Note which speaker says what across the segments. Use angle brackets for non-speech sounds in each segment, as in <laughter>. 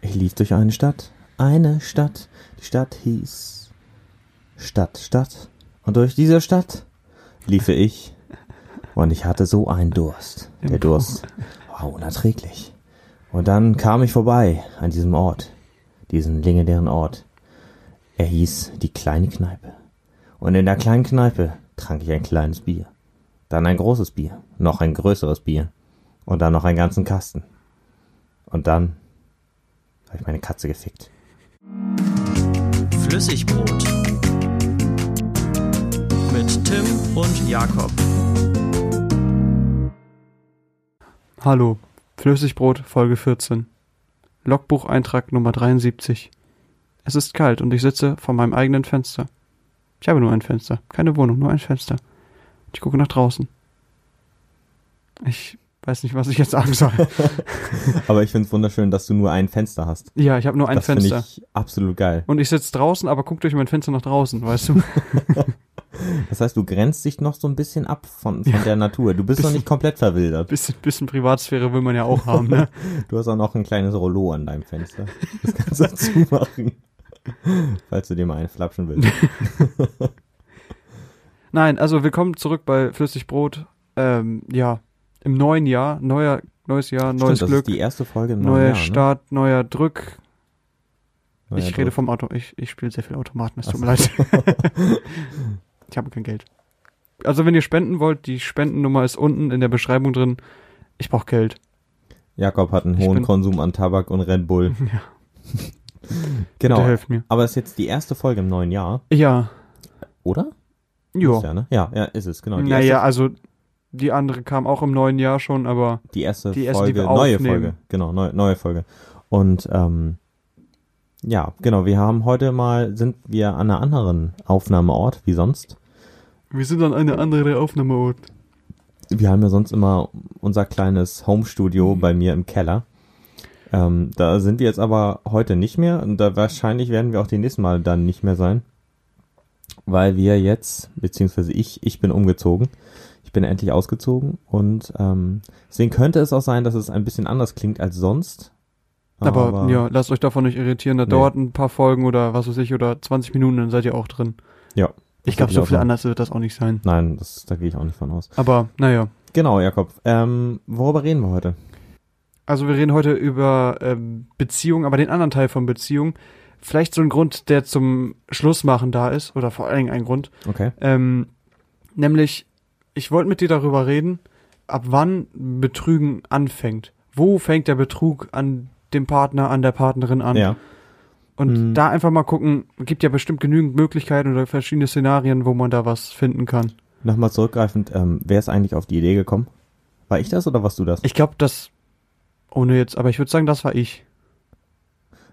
Speaker 1: Ich lief durch eine Stadt, eine Stadt, die Stadt hieß Stadt, Stadt. Und durch diese Stadt liefe ich und ich hatte so einen Durst. Der Durst war unerträglich. Und dann kam ich vorbei an diesem Ort, diesen legendären Ort. Er hieß die kleine Kneipe. Und in der kleinen Kneipe trank ich ein kleines Bier, dann ein großes Bier, noch ein größeres Bier und dann noch einen ganzen Kasten. Und dann habe ich meine Katze gefickt.
Speaker 2: Flüssigbrot mit Tim und Jakob.
Speaker 3: Hallo, Flüssigbrot, Folge 14. Logbucheintrag Nummer 73. Es ist kalt und ich sitze vor meinem eigenen Fenster. Ich habe nur ein Fenster, keine Wohnung, nur ein Fenster. Und ich gucke nach draußen. Ich weiß nicht, was ich jetzt
Speaker 1: <laughs>
Speaker 3: sagen soll.
Speaker 1: Aber ich finde es wunderschön, dass du nur ein Fenster hast.
Speaker 3: ja, ich habe nur ein
Speaker 1: das finde
Speaker 3: Fenster.
Speaker 1: ich absolut geil.
Speaker 3: Und ich sitze draußen, aber guck durch mein Fenster nach draußen, weißt du? <laughs>
Speaker 1: Das heißt, du grenzt dich noch so ein bisschen ab von, von der Natur. Du bist noch nicht komplett verwildert.
Speaker 3: bisschen, bisschen Privatsphäre will man ja auch haben, ne?
Speaker 1: Du hast auch noch ein kleines Rollo an deinem Fenster. Das kannst du <laughs> zumachen. Falls du dir mal einen flapschen willst.
Speaker 3: Nein, also willkommen zurück bei Flüssigbrot. Ähm, ja, im neuen Jahr, neuer, neues Jahr, neues
Speaker 1: Stimmt, das ist
Speaker 3: Glück,
Speaker 1: die erste Folge im neuen
Speaker 3: neuer
Speaker 1: Jahr,
Speaker 3: Start, neuer Drück.
Speaker 1: Ne? Neuer
Speaker 3: ich
Speaker 1: Druck.
Speaker 3: rede vom Auto, ich, ich spiele sehr viel Automaten, es
Speaker 1: Ach
Speaker 3: tut mir leid.
Speaker 1: <laughs>
Speaker 3: ich habe kein Geld. Also wenn ihr spenden wollt, die Spendennummer ist unten in der Beschreibung drin. Ich brauche Geld.
Speaker 1: Jakob hat einen
Speaker 3: Ich
Speaker 1: hohen
Speaker 3: bin-
Speaker 1: Konsum an Tabak und Red Bull.
Speaker 3: <laughs> Ja.
Speaker 1: genau.
Speaker 3: Bitte helft mir.
Speaker 1: Aber es ist jetzt die erste Folge im neuen Jahr,
Speaker 3: Ja,
Speaker 1: oder? Ist
Speaker 3: jo.
Speaker 1: Ja, ne? ja, ja, ist es, genau. Die
Speaker 3: Naja,
Speaker 1: erste,
Speaker 3: also die andere kam auch im neuen Jahr schon, aber
Speaker 1: die erste
Speaker 3: die erste, die
Speaker 1: Folge,
Speaker 3: wir
Speaker 1: neue
Speaker 3: aufnehmen.
Speaker 1: Folge. Genau, neue, neue Folge. Und ähm, ja, genau, wir haben heute mal, sind wir an einer anderen Aufnahmeort wie sonst.
Speaker 3: wir sind an eine andere Aufnahmeort.
Speaker 1: Wir haben ja sonst immer unser kleines Homestudio
Speaker 3: Mhm.
Speaker 1: bei mir im Keller. Ähm, da sind wir jetzt aber heute nicht mehr und da wahrscheinlich werden wir auch die nächsten Mal dann nicht mehr sein, weil wir jetzt, beziehungsweise ich, ich bin umgezogen. Ich bin endlich ausgezogen und ähm, deswegen könnte es auch sein, dass es ein bisschen anders klingt als sonst.
Speaker 3: Aber, ja, lasst euch davon nicht irritieren. Da
Speaker 1: Ah, Nee.
Speaker 3: dauert ein paar Folgen oder was weiß ich oder 20 Minuten, dann seid ihr auch drin.
Speaker 1: Ja.
Speaker 3: Ich glaube,
Speaker 1: ich
Speaker 3: so
Speaker 1: auch
Speaker 3: viel
Speaker 1: so.
Speaker 3: anders wird das auch nicht sein.
Speaker 1: Nein, das, da gehe ich auch nicht von aus.
Speaker 3: Aber naja.
Speaker 1: Genau, Jakob. Ähm, worüber reden wir heute?
Speaker 3: Also wir reden heute über ähm, Beziehung, aber den anderen Teil von Beziehung. Vielleicht so ein Grund, der zum Schlussmachen da ist, oder vor allen Dingen ein Grund.
Speaker 1: Okay.
Speaker 3: Ähm, nämlich, ich wollte mit dir darüber reden, ab wann Betrügen anfängt. Wo fängt der Betrug an dem Partner, an der Partnerin an?
Speaker 1: Ja.
Speaker 3: Und
Speaker 1: Mhm.
Speaker 3: da einfach mal gucken, gibt ja bestimmt genügend Möglichkeiten oder verschiedene Szenarien, wo man da was finden kann.
Speaker 1: Nochmal zurückgreifend, ähm, wer ist eigentlich auf die Idee gekommen? War ich das oder warst du das?
Speaker 3: Ich glaube, das, ohne jetzt, aber ich würde sagen, das war ich.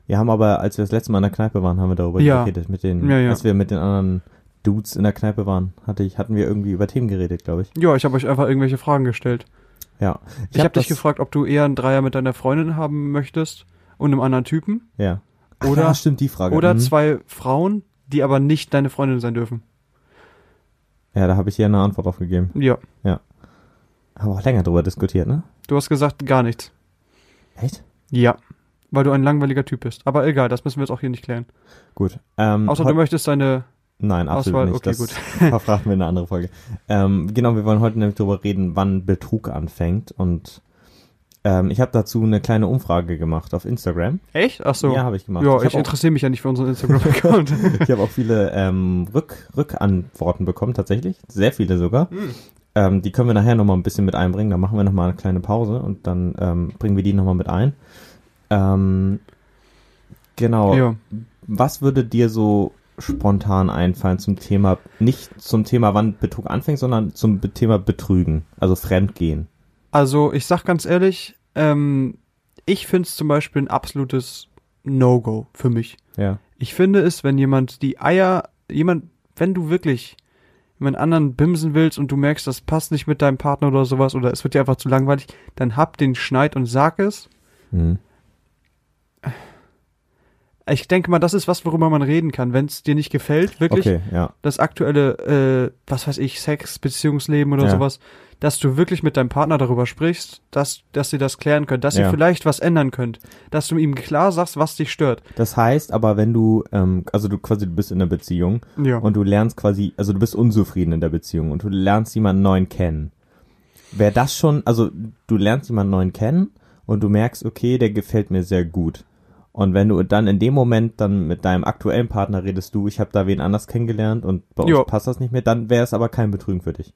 Speaker 1: Wir haben aber, als wir das letzte Mal in der Kneipe waren, haben wir darüber
Speaker 3: Ja.
Speaker 1: geredet. Mit den,
Speaker 3: Ja, ja.
Speaker 1: Als wir mit den anderen Dudes in der Kneipe waren, hatte ich, hatten wir irgendwie über Themen geredet, glaube ich.
Speaker 3: Ja, ich habe euch einfach irgendwelche Fragen gestellt.
Speaker 1: Ja.
Speaker 3: Ich, habe hab dich
Speaker 1: das-
Speaker 3: gefragt, ob du eher einen Dreier mit deiner Freundin haben möchtest und einem anderen Typen
Speaker 1: Ja. Ach
Speaker 3: Oder-
Speaker 1: ja, stimmt die Frage.
Speaker 3: oder
Speaker 1: Mhm.
Speaker 3: zwei Frauen, die aber nicht deine Freundin sein dürfen.
Speaker 1: Ja, da habe ich hier eine Antwort drauf gegeben.
Speaker 3: Ja,
Speaker 1: Haben wir auch länger drüber diskutiert, ne?
Speaker 3: du hast gesagt gar nichts.
Speaker 1: Echt?
Speaker 3: Ja, weil du ein langweiliger Typ bist. Aber egal, das müssen wir jetzt auch hier nicht klären.
Speaker 1: Gut. Ähm,
Speaker 3: Außer du
Speaker 1: heu-
Speaker 3: möchtest deine
Speaker 1: Nein, absolut
Speaker 3: Auswahl.
Speaker 1: nicht.
Speaker 3: Okay,
Speaker 1: das
Speaker 3: gut.
Speaker 1: <laughs> verfragen wir in eine andere Folge. Ähm, genau, wir wollen heute nämlich darüber reden, wann Betrug anfängt. Und ähm, ich habe dazu eine kleine Umfrage gemacht auf Instagram.
Speaker 3: Echt? Ach so.
Speaker 1: Ja, habe ich gemacht.
Speaker 3: Ja, ich
Speaker 1: habe auch
Speaker 3: interessiere mich ja nicht für unseren Instagram-Account. <laughs>
Speaker 1: <laughs> Ich habe auch viele ähm, Rück Rückantworten bekommen, tatsächlich. Sehr viele sogar.
Speaker 3: Hm.
Speaker 1: Ähm, die können wir nachher nochmal ein bisschen mit einbringen. Dann machen wir nochmal eine kleine Pause und dann ähm, bringen wir die nochmal mit ein. Ähm, genau.
Speaker 3: ja.
Speaker 1: Was würde dir so spontan einfallen zum Thema, nicht zum Thema, wann Betrug anfängt, sondern zum Be- Thema Betrügen, also Fremdgehen?
Speaker 3: Also, ich sag ganz ehrlich, ähm, ich finde es zum Beispiel ein absolutes No-Go für mich.
Speaker 1: Ja.
Speaker 3: Ich finde es, wenn jemand die Eier, jemand, wenn du wirklich jemand anderen bimsen willst und du merkst, das passt nicht mit deinem Partner oder sowas oder es wird dir einfach zu langweilig, dann hab den Schneid und sag es.
Speaker 1: Mhm.
Speaker 3: Ich denke mal, das ist was, worüber man reden kann. Wenn es dir nicht gefällt, wirklich
Speaker 1: Okay, ja.
Speaker 3: das aktuelle, äh, was weiß ich, Sex, Beziehungsleben oder
Speaker 1: Ja.
Speaker 3: sowas, dass du wirklich mit deinem Partner darüber sprichst, dass, dass ihr das klären könnt, dass ihr
Speaker 1: Ja.
Speaker 3: vielleicht was ändern könnt, dass du ihm klar sagst, was dich stört.
Speaker 1: Das heißt aber, wenn du, ähm, also du quasi, du bist in einer Beziehung
Speaker 3: Ja.
Speaker 1: und du lernst quasi, also du bist unzufrieden in der Beziehung und du lernst jemanden neuen kennen. Wäre das schon, also du lernst jemanden neuen kennen und du merkst, okay, der gefällt mir sehr gut. Und wenn du dann in dem Moment dann mit deinem aktuellen Partner redest, du, ich habe da wen anders kennengelernt und bei uns
Speaker 3: Jo.
Speaker 1: passt das nicht mehr, dann wäre es aber kein Betrügen für dich.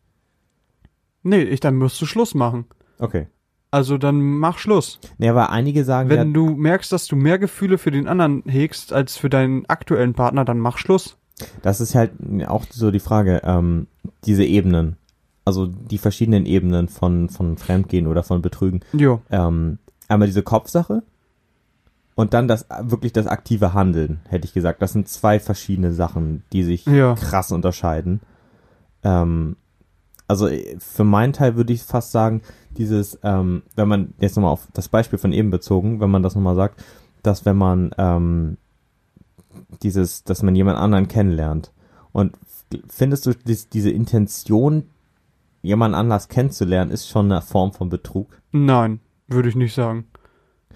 Speaker 3: nee, ich, dann musst du Schluss machen.
Speaker 1: Okay.
Speaker 3: Also dann mach Schluss.
Speaker 1: Nee, aber einige sagen
Speaker 3: Wenn
Speaker 1: ja,
Speaker 3: du merkst, dass du mehr Gefühle für den anderen hegst als für deinen aktuellen Partner, dann mach Schluss.
Speaker 1: das ist halt auch so die Frage, ähm, diese Ebenen, also die verschiedenen Ebenen von, von Fremdgehen oder von Betrügen.
Speaker 3: Jo.
Speaker 1: Ähm, einmal diese Kopfsache und dann das wirklich das aktive Handeln, hätte ich gesagt. Das sind zwei verschiedene Sachen, die sich
Speaker 3: Ja.
Speaker 1: krass unterscheiden. Ähm, also äh, für meinen Teil würde ich fast sagen, dieses, ähm, wenn man jetzt nochmal auf das Beispiel von eben bezogen, wenn man das nochmal sagt, dass wenn man ähm, dieses, dass man jemand anderen kennenlernt und f- findest du dies, diese Intention, jemand anders kennenzulernen, ist schon eine Form von Betrug?
Speaker 3: Nein, würde ich nicht sagen.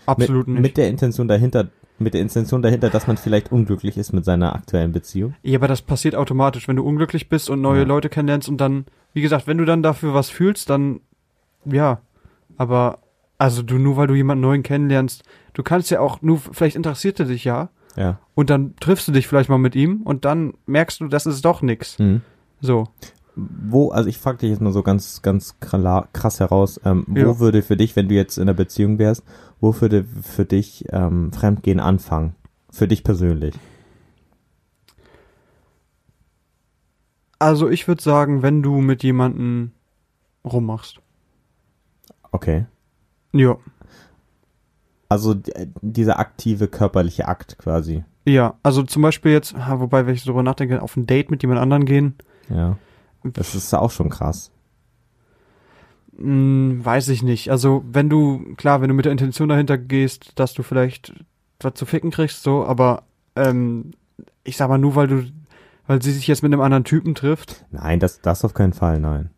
Speaker 3: Absolut
Speaker 1: mit,
Speaker 3: nicht.
Speaker 1: Mit der Intention dahinter, mit der Intention dahinter, dass man vielleicht unglücklich ist mit seiner aktuellen Beziehung.
Speaker 3: Ja, aber das passiert automatisch, wenn du unglücklich bist und neue
Speaker 1: Ja.
Speaker 3: Leute kennenlernst und dann, wie gesagt, wenn du dann dafür was fühlst, dann ja. Aber also du nur weil du jemanden neuen kennenlernst, du kannst ja auch nur vielleicht interessiert er dich ja
Speaker 1: Ja.
Speaker 3: und dann triffst du dich vielleicht mal mit ihm und dann merkst du, das ist doch nix.
Speaker 1: Mhm.
Speaker 3: So,
Speaker 1: Wo, also ich frage dich jetzt mal so ganz, ganz krala- krass heraus, ähm, wo
Speaker 3: Ja.
Speaker 1: würde für dich, wenn du jetzt in einer Beziehung wärst, wo würde für dich ähm, Fremdgehen anfangen? Für dich persönlich.
Speaker 3: also ich würde sagen, wenn du mit jemanden rummachst.
Speaker 1: Okay.
Speaker 3: Ja,
Speaker 1: Also d- äh, dieser aktive körperliche Akt quasi.
Speaker 3: ja, also zum Beispiel jetzt, ha, wobei wenn ich so drüber nachdenke, auf ein Date mit jemand anderen gehen,
Speaker 1: Ja. Das ist auch schon krass.
Speaker 3: Hm, weiß ich nicht. Also, wenn du, klar, wenn du mit der Intention dahinter gehst, dass du vielleicht was zu ficken kriegst, so, aber ähm, ich sag mal nur, weil du, weil sie sich jetzt mit einem anderen Typen trifft,
Speaker 1: Nein, das, das auf keinen Fall, nein.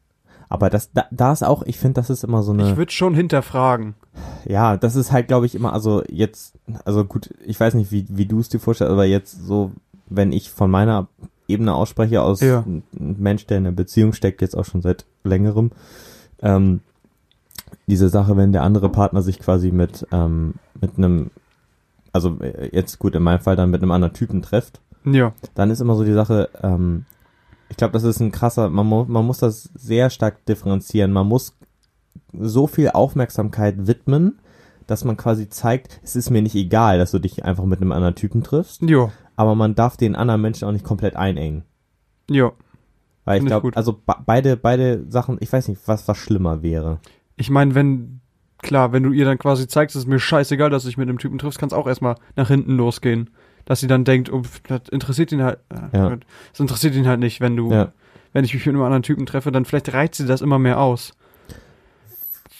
Speaker 1: Aber das, da, da ist auch, ich finde, das ist immer so eine.
Speaker 3: ich würde schon hinterfragen.
Speaker 1: Ja, das ist halt, glaube ich, immer, also jetzt, also gut, ich weiß nicht, wie, wie du es dir vorstellst, aber jetzt so, wenn ich von meiner Ebene ausspreche, aus
Speaker 3: Ja.
Speaker 1: ein ein Mensch, der in einer Beziehung steckt, jetzt auch schon seit längerem, ähm, diese Sache, wenn der andere Partner sich quasi mit, ähm, mit einem, also äh, jetzt gut, in meinem Fall dann mit einem anderen Typen trifft,
Speaker 3: Ja,
Speaker 1: dann ist immer so die Sache, ähm, ich glaube, das ist ein krasser, man, mu man muss das sehr stark differenzieren. Man muss so viel Aufmerksamkeit widmen, dass man quasi zeigt, es ist mir nicht egal, dass du dich einfach mit einem anderen Typen triffst,
Speaker 3: ja,
Speaker 1: aber man darf den anderen Menschen auch nicht komplett einengen.
Speaker 3: ja.
Speaker 1: Weil ich
Speaker 3: Finde ich
Speaker 1: glaube,
Speaker 3: gut.
Speaker 1: also be- beide, beide Sachen, ich weiß nicht, was, was schlimmer wäre.
Speaker 3: Ich meine, wenn, klar, wenn du ihr dann quasi zeigst, es ist mir scheißegal, dass du dich mit einem Typen triffst, kann es auch erstmal nach hinten losgehen. Dass sie dann denkt, oh, pf, das interessiert ihn halt, äh,
Speaker 1: Ja.
Speaker 3: das interessiert ihn halt nicht, wenn du
Speaker 1: Ja.
Speaker 3: wenn ich mich mit einem anderen Typen treffe, dann vielleicht reizt sie das immer mehr aus.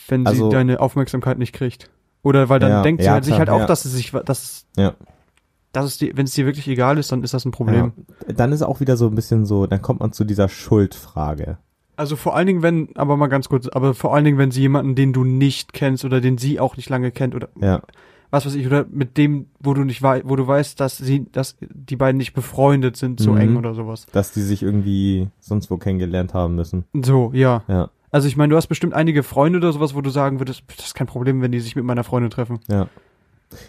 Speaker 3: Wenn
Speaker 1: Also-
Speaker 3: sie deine Aufmerksamkeit nicht kriegt. Oder weil dann
Speaker 1: Ja,
Speaker 3: denkt sie
Speaker 1: ja,
Speaker 3: halt sich
Speaker 1: klar,
Speaker 3: halt auch,
Speaker 1: ja.
Speaker 3: dass es sich, dass,
Speaker 1: Ja.
Speaker 3: dass es dir, wenn es dir wirklich egal ist, dann ist das ein Problem.
Speaker 1: Ja. Dann ist auch wieder so ein bisschen so, dann kommt man zu dieser Schuldfrage.
Speaker 3: Also vor allen Dingen, wenn, aber mal ganz kurz, aber vor allen Dingen, wenn sie jemanden, den du nicht kennst oder den sie auch nicht lange kennt oder
Speaker 1: Ja,
Speaker 3: was weiß ich, oder mit dem, wo du nicht weißt, wo du weißt, dass sie, dass die beiden nicht befreundet sind, so
Speaker 1: Mhm.
Speaker 3: eng oder sowas.
Speaker 1: dass die sich irgendwie sonst wo kennengelernt haben müssen.
Speaker 3: So, ja.
Speaker 1: Ja,
Speaker 3: Also ich meine, du hast bestimmt einige Freunde oder sowas, wo du sagen würdest, pff, das ist kein Problem, wenn die sich mit meiner Freundin treffen.
Speaker 1: ja.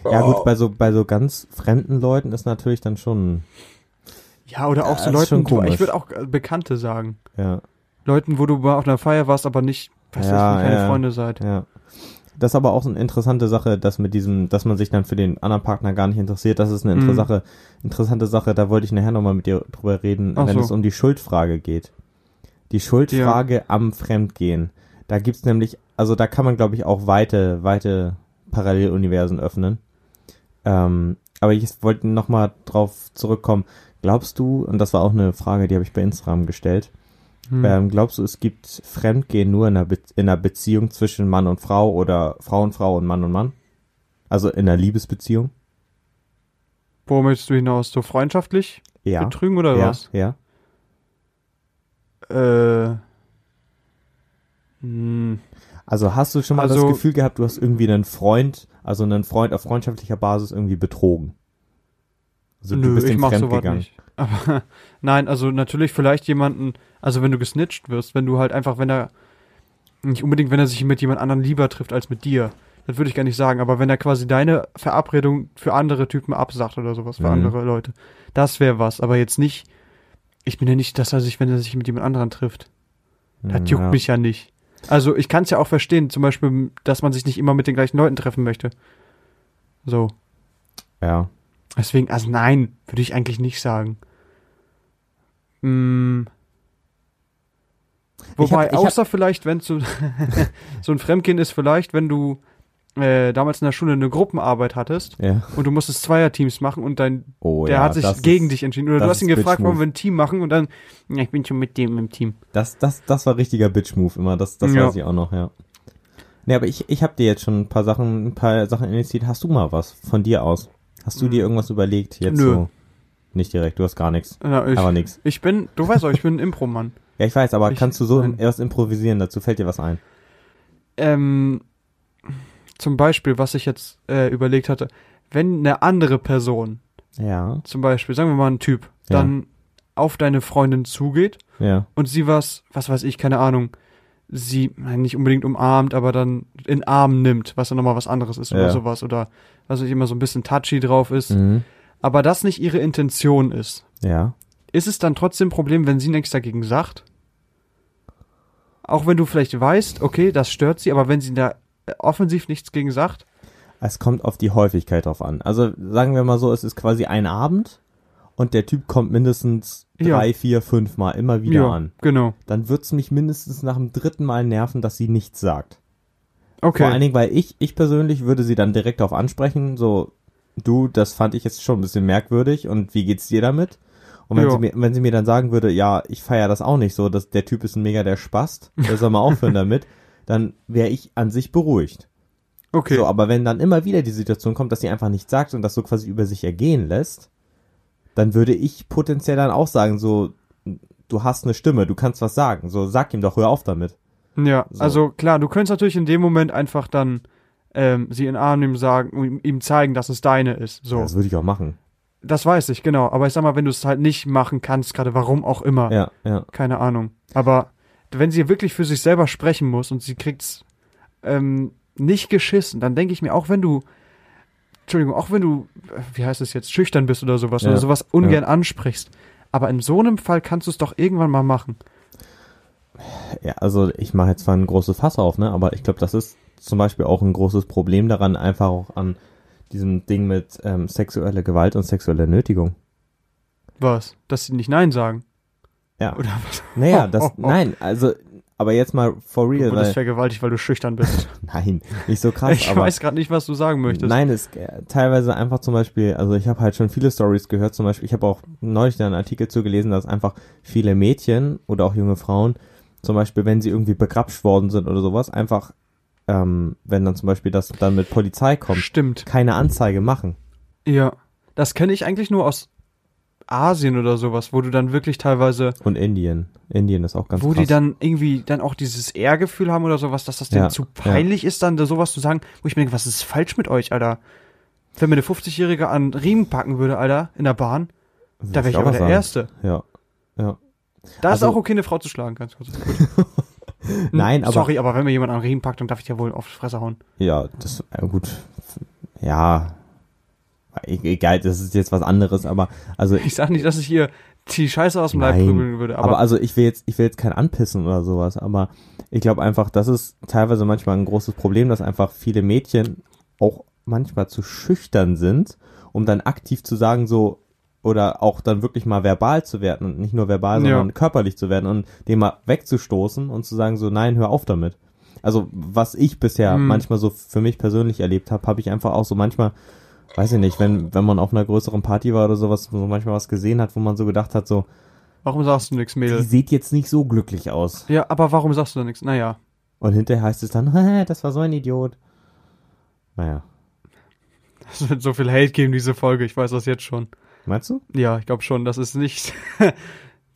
Speaker 1: Ja gut, bei so, bei so ganz fremden Leuten ist natürlich dann schon,
Speaker 3: Ja, oder auch
Speaker 1: Ja,
Speaker 3: so
Speaker 1: das ist
Speaker 3: Leuten,
Speaker 1: schon
Speaker 3: wo- ich
Speaker 1: komisch.
Speaker 3: würde auch äh, Bekannte sagen.
Speaker 1: ja,
Speaker 3: Leuten, wo du mal auf einer Feier warst, aber nicht, weißt
Speaker 1: Ja,
Speaker 3: du, nicht keine
Speaker 1: ja, ja.
Speaker 3: Freunde seid.
Speaker 1: ja. Das ist aber auch so eine interessante Sache, dass mit diesem, dass man sich dann für den anderen Partner gar nicht interessiert, das ist eine
Speaker 3: Mhm.
Speaker 1: interessante Sache, interessante Sache, da wollte ich nachher nochmal mit dir drüber reden,
Speaker 3: Ach
Speaker 1: wenn
Speaker 3: so.
Speaker 1: es um die Schuldfrage geht. Die Schuldfrage am Fremdgehen. Da gibt's nämlich, also da kann man glaube ich auch weite, weite Paralleluniversen öffnen. Ähm, aber ich wollte nochmal drauf zurückkommen. Glaubst du, und das war auch eine Frage, die habe ich bei Instagram gestellt,
Speaker 3: Hm.
Speaker 1: Ähm, glaubst du, es gibt Fremdgehen nur in einer, Be in einer Beziehung zwischen Mann und Frau oder Frau und Frau und Mann und Mann? Also in einer Liebesbeziehung?
Speaker 3: Wo möchtest du hinaus? So freundschaftlich?
Speaker 1: Ja.
Speaker 3: Betrügen oder
Speaker 1: ja,
Speaker 3: was?
Speaker 1: ja.
Speaker 3: Äh, Hm.
Speaker 1: Also hast du schon mal
Speaker 3: Also-
Speaker 1: das Gefühl gehabt, du hast irgendwie einen Freund, also einen Freund auf freundschaftlicher Basis irgendwie betrogen? Also du
Speaker 3: Nö,
Speaker 1: bist
Speaker 3: ich
Speaker 1: dem
Speaker 3: mach
Speaker 1: fremd
Speaker 3: sowas
Speaker 1: gegangen.
Speaker 3: nicht. Aber <laughs> nein, also natürlich vielleicht jemanden, also wenn du gesnitcht wirst, wenn du halt einfach, wenn er, nicht unbedingt, wenn er sich mit jemand anderem lieber trifft als mit dir, das würde ich gar nicht sagen, aber wenn er quasi deine Verabredung für andere Typen absagt oder sowas, für
Speaker 1: Mhm.
Speaker 3: andere Leute, das wäre was, aber jetzt nicht, ich bin ja nicht, dass er sich, wenn er sich mit jemand anderem trifft, das
Speaker 1: Hm,
Speaker 3: juckt
Speaker 1: ja.
Speaker 3: mich ja nicht. Also ich kann es ja auch verstehen, zum Beispiel, dass man sich nicht immer mit den gleichen Leuten treffen möchte. So.
Speaker 1: Ja.
Speaker 3: Deswegen, also nein, würde ich eigentlich nicht sagen. Mm.
Speaker 1: hab-
Speaker 3: Wobei,
Speaker 1: ich hab-
Speaker 3: außer vielleicht, wenn so, <laughs> so ein Fremdkind ist, vielleicht, wenn du äh, damals in der Schule eine Gruppenarbeit hattest
Speaker 1: ja.
Speaker 3: und du musstest Zweierteams machen und dein,
Speaker 1: Oh,
Speaker 3: der
Speaker 1: ja,
Speaker 3: hat sich
Speaker 1: das
Speaker 3: gegen
Speaker 1: ist,
Speaker 3: dich entschieden. Oder du
Speaker 1: das
Speaker 3: hast ihn
Speaker 1: ist
Speaker 3: gefragt,
Speaker 1: Bitch-Move.
Speaker 3: wollen wir ein Team machen und dann, ja, ich bin schon mit dem im Team.
Speaker 1: Das, das, das war richtiger Bitch-Move immer, das, das
Speaker 3: Ja.
Speaker 1: weiß ich auch noch, ja. Nee, aber ich, ich habe dir jetzt schon ein paar Sachen, ein paar Sachen initiiert. Hast du mal was von dir aus? Hast du dir irgendwas überlegt? Jetzt
Speaker 3: Hm. Nö.
Speaker 1: so. Nicht direkt, du hast gar nichts.
Speaker 3: Na, ich,
Speaker 1: Aber nix.
Speaker 3: ich bin, du weißt auch, ich bin ein Impro-Mann.
Speaker 1: Ja, ich weiß, aber
Speaker 3: Ich-
Speaker 1: kannst du so
Speaker 3: nein.
Speaker 1: erst improvisieren, dazu fällt dir was ein.
Speaker 3: ähm, zum Beispiel, was ich jetzt äh, überlegt hatte, wenn eine andere Person,
Speaker 1: Ja,
Speaker 3: zum Beispiel, sagen wir mal ein Typ,
Speaker 1: Ja.
Speaker 3: dann auf deine Freundin zugeht
Speaker 1: ja.
Speaker 3: und sie was, was weiß ich, keine Ahnung, sie nein, nicht unbedingt umarmt, aber dann in Arm nimmt, was dann nochmal was anderes ist oder
Speaker 1: Ja.
Speaker 3: sowas oder was ich immer so ein bisschen touchy drauf ist,
Speaker 1: Mhm.
Speaker 3: aber das nicht ihre Intention ist.
Speaker 1: Ja.
Speaker 3: Ist es dann trotzdem ein Problem, wenn sie nichts dagegen sagt? Auch wenn du vielleicht weißt, okay, das stört sie, aber wenn sie da offensiv nichts gegen sagt,
Speaker 1: Es kommt auf die Häufigkeit drauf an. Also sagen wir mal so, es ist quasi ein Abend und der Typ kommt mindestens
Speaker 3: Ja.
Speaker 1: drei, vier, fünf Mal immer wieder
Speaker 3: ja,
Speaker 1: an.
Speaker 3: genau.
Speaker 1: Dann wird's mich mindestens nach dem dritten Mal nerven, dass sie nichts sagt. Vor allen
Speaker 3: Okay.
Speaker 1: Dingen, weil ich, ich persönlich würde sie dann direkt darauf ansprechen, so, du, das fand ich jetzt schon ein bisschen merkwürdig und wie geht's dir damit? Und wenn
Speaker 3: Ja.
Speaker 1: sie, mir, wenn sie mir dann sagen würde, ja, ich feier das auch nicht so, dass der Typ ist ein mega der Spast, der soll mal
Speaker 3: <laughs>
Speaker 1: aufhören damit, dann wäre ich an sich beruhigt.
Speaker 3: Okay.
Speaker 1: So, aber wenn dann immer wieder die Situation kommt, dass sie einfach nichts sagt und das so quasi über sich ergehen lässt, dann würde ich potenziell dann auch sagen, so, du hast eine Stimme, du kannst was sagen, so, sag ihm doch, hör auf damit.
Speaker 3: ja,
Speaker 1: so.
Speaker 3: also klar, du könntest natürlich in dem Moment einfach dann ähm, sie in den Arm nehmen, sagen, um ihm- ihm zeigen, dass es deine ist. So.
Speaker 1: Ja, das würde ich auch machen.
Speaker 3: das weiß ich, genau. Aber ich sag mal, wenn du es halt nicht machen kannst, gerade warum auch immer,
Speaker 1: Ja, ja.
Speaker 3: keine Ahnung. Aber wenn sie wirklich für sich selber sprechen muss und sie kriegt's ähm, nicht geschissen, dann denke ich mir, auch wenn du, Entschuldigung, auch wenn du, äh, wie heißt es jetzt, schüchtern bist oder sowas
Speaker 1: Ja,
Speaker 3: oder sowas ungern ansprichst, aber in so einem Fall kannst du es doch irgendwann mal machen.
Speaker 1: Ja, also ich mache jetzt zwar ein großes Fass auf, ne, aber ich glaube, das ist zum Beispiel auch ein großes Problem daran, einfach auch an diesem Ding mit ähm, sexueller Gewalt und sexueller Nötigung.
Speaker 3: Was? Dass sie nicht Nein sagen. <laughs>
Speaker 1: Ja.
Speaker 3: Oder was?
Speaker 1: Naja, das, nein, also, aber jetzt mal for
Speaker 3: Du
Speaker 1: real,
Speaker 3: wurdest
Speaker 1: weil,
Speaker 3: vergewaltigt, weil du schüchtern bist.
Speaker 1: nein, nicht so <laughs> krass,
Speaker 3: <laughs> ich
Speaker 1: aber
Speaker 3: weiß gerade nicht, was du sagen möchtest.
Speaker 1: Nein, es äh, teilweise einfach zum Beispiel, also ich habe halt schon viele Stories gehört, zum Beispiel, ich habe auch neulich da einen Artikel zu gelesen, dass einfach viele Mädchen oder auch junge Frauen, zum Beispiel, wenn sie irgendwie begrapscht worden sind oder sowas, einfach, ähm, wenn dann zum Beispiel das dann mit Polizei kommt,
Speaker 3: Stimmt.
Speaker 1: keine Anzeige machen.
Speaker 3: Ja. Das kenne ich eigentlich nur aus Asien oder sowas, wo du dann wirklich teilweise
Speaker 1: Und Indien. Indien ist auch ganz
Speaker 3: wo
Speaker 1: krass.
Speaker 3: die dann irgendwie dann auch dieses Ehrgefühl haben oder sowas, dass das denen
Speaker 1: Ja,
Speaker 3: zu
Speaker 1: ja.
Speaker 3: peinlich ist, dann da sowas zu sagen, wo ich mir denke, was ist falsch mit euch, Alter? Wenn mir eine 50-Jährige an Riemen packen würde, Alter, in der Bahn, da wäre ich aber der Erste.
Speaker 1: Ja.
Speaker 3: Da ist
Speaker 1: Also-
Speaker 3: auch okay, eine Frau zu schlagen,
Speaker 1: <laughs>
Speaker 3: ganz kurz.
Speaker 1: Nein, aber.
Speaker 3: Sorry, aber wenn mir jemand an Riemen packt, dann darf ich ja wohl auf die Fresse hauen.
Speaker 1: Ja, das, äh, gut. Ja. E- Egal, das ist jetzt was anderes, aber, also
Speaker 3: Ich sag nicht, dass ich hier die Scheiße aus dem Leib
Speaker 1: Nein.
Speaker 3: prügeln würde,
Speaker 1: Aber,
Speaker 3: aber,
Speaker 1: also ich will jetzt, ich will jetzt kein Anpissen oder sowas, aber ich glaube einfach, das ist teilweise manchmal ein großes Problem, dass einfach viele Mädchen auch manchmal zu schüchtern sind, um dann aktiv zu sagen, so, oder auch dann wirklich mal verbal zu werden und nicht nur verbal,
Speaker 3: Ja.
Speaker 1: sondern körperlich zu werden und dem mal wegzustoßen und zu sagen, so, nein, hör auf damit. Also, was ich bisher
Speaker 3: Hm.
Speaker 1: manchmal so für mich persönlich erlebt habe, habe ich einfach auch so manchmal, weiß ich nicht, wenn, wenn man auf einer größeren Party war oder sowas, so manchmal was gesehen hat, wo man so gedacht hat, so,
Speaker 3: warum sagst du nichts,
Speaker 1: die
Speaker 3: Mädel?
Speaker 1: sieht jetzt nicht so glücklich aus.
Speaker 3: Ja, aber warum sagst du da nichts? Naja,
Speaker 1: Und hinterher heißt es dann, <laughs> "Haha, das war so ein Idiot. Naja,
Speaker 3: es wird so viel Hate geben, diese Folge, ich weiß das jetzt schon.
Speaker 1: meinst du?
Speaker 3: Ja, ich glaube schon, <laughs> das ist nicht.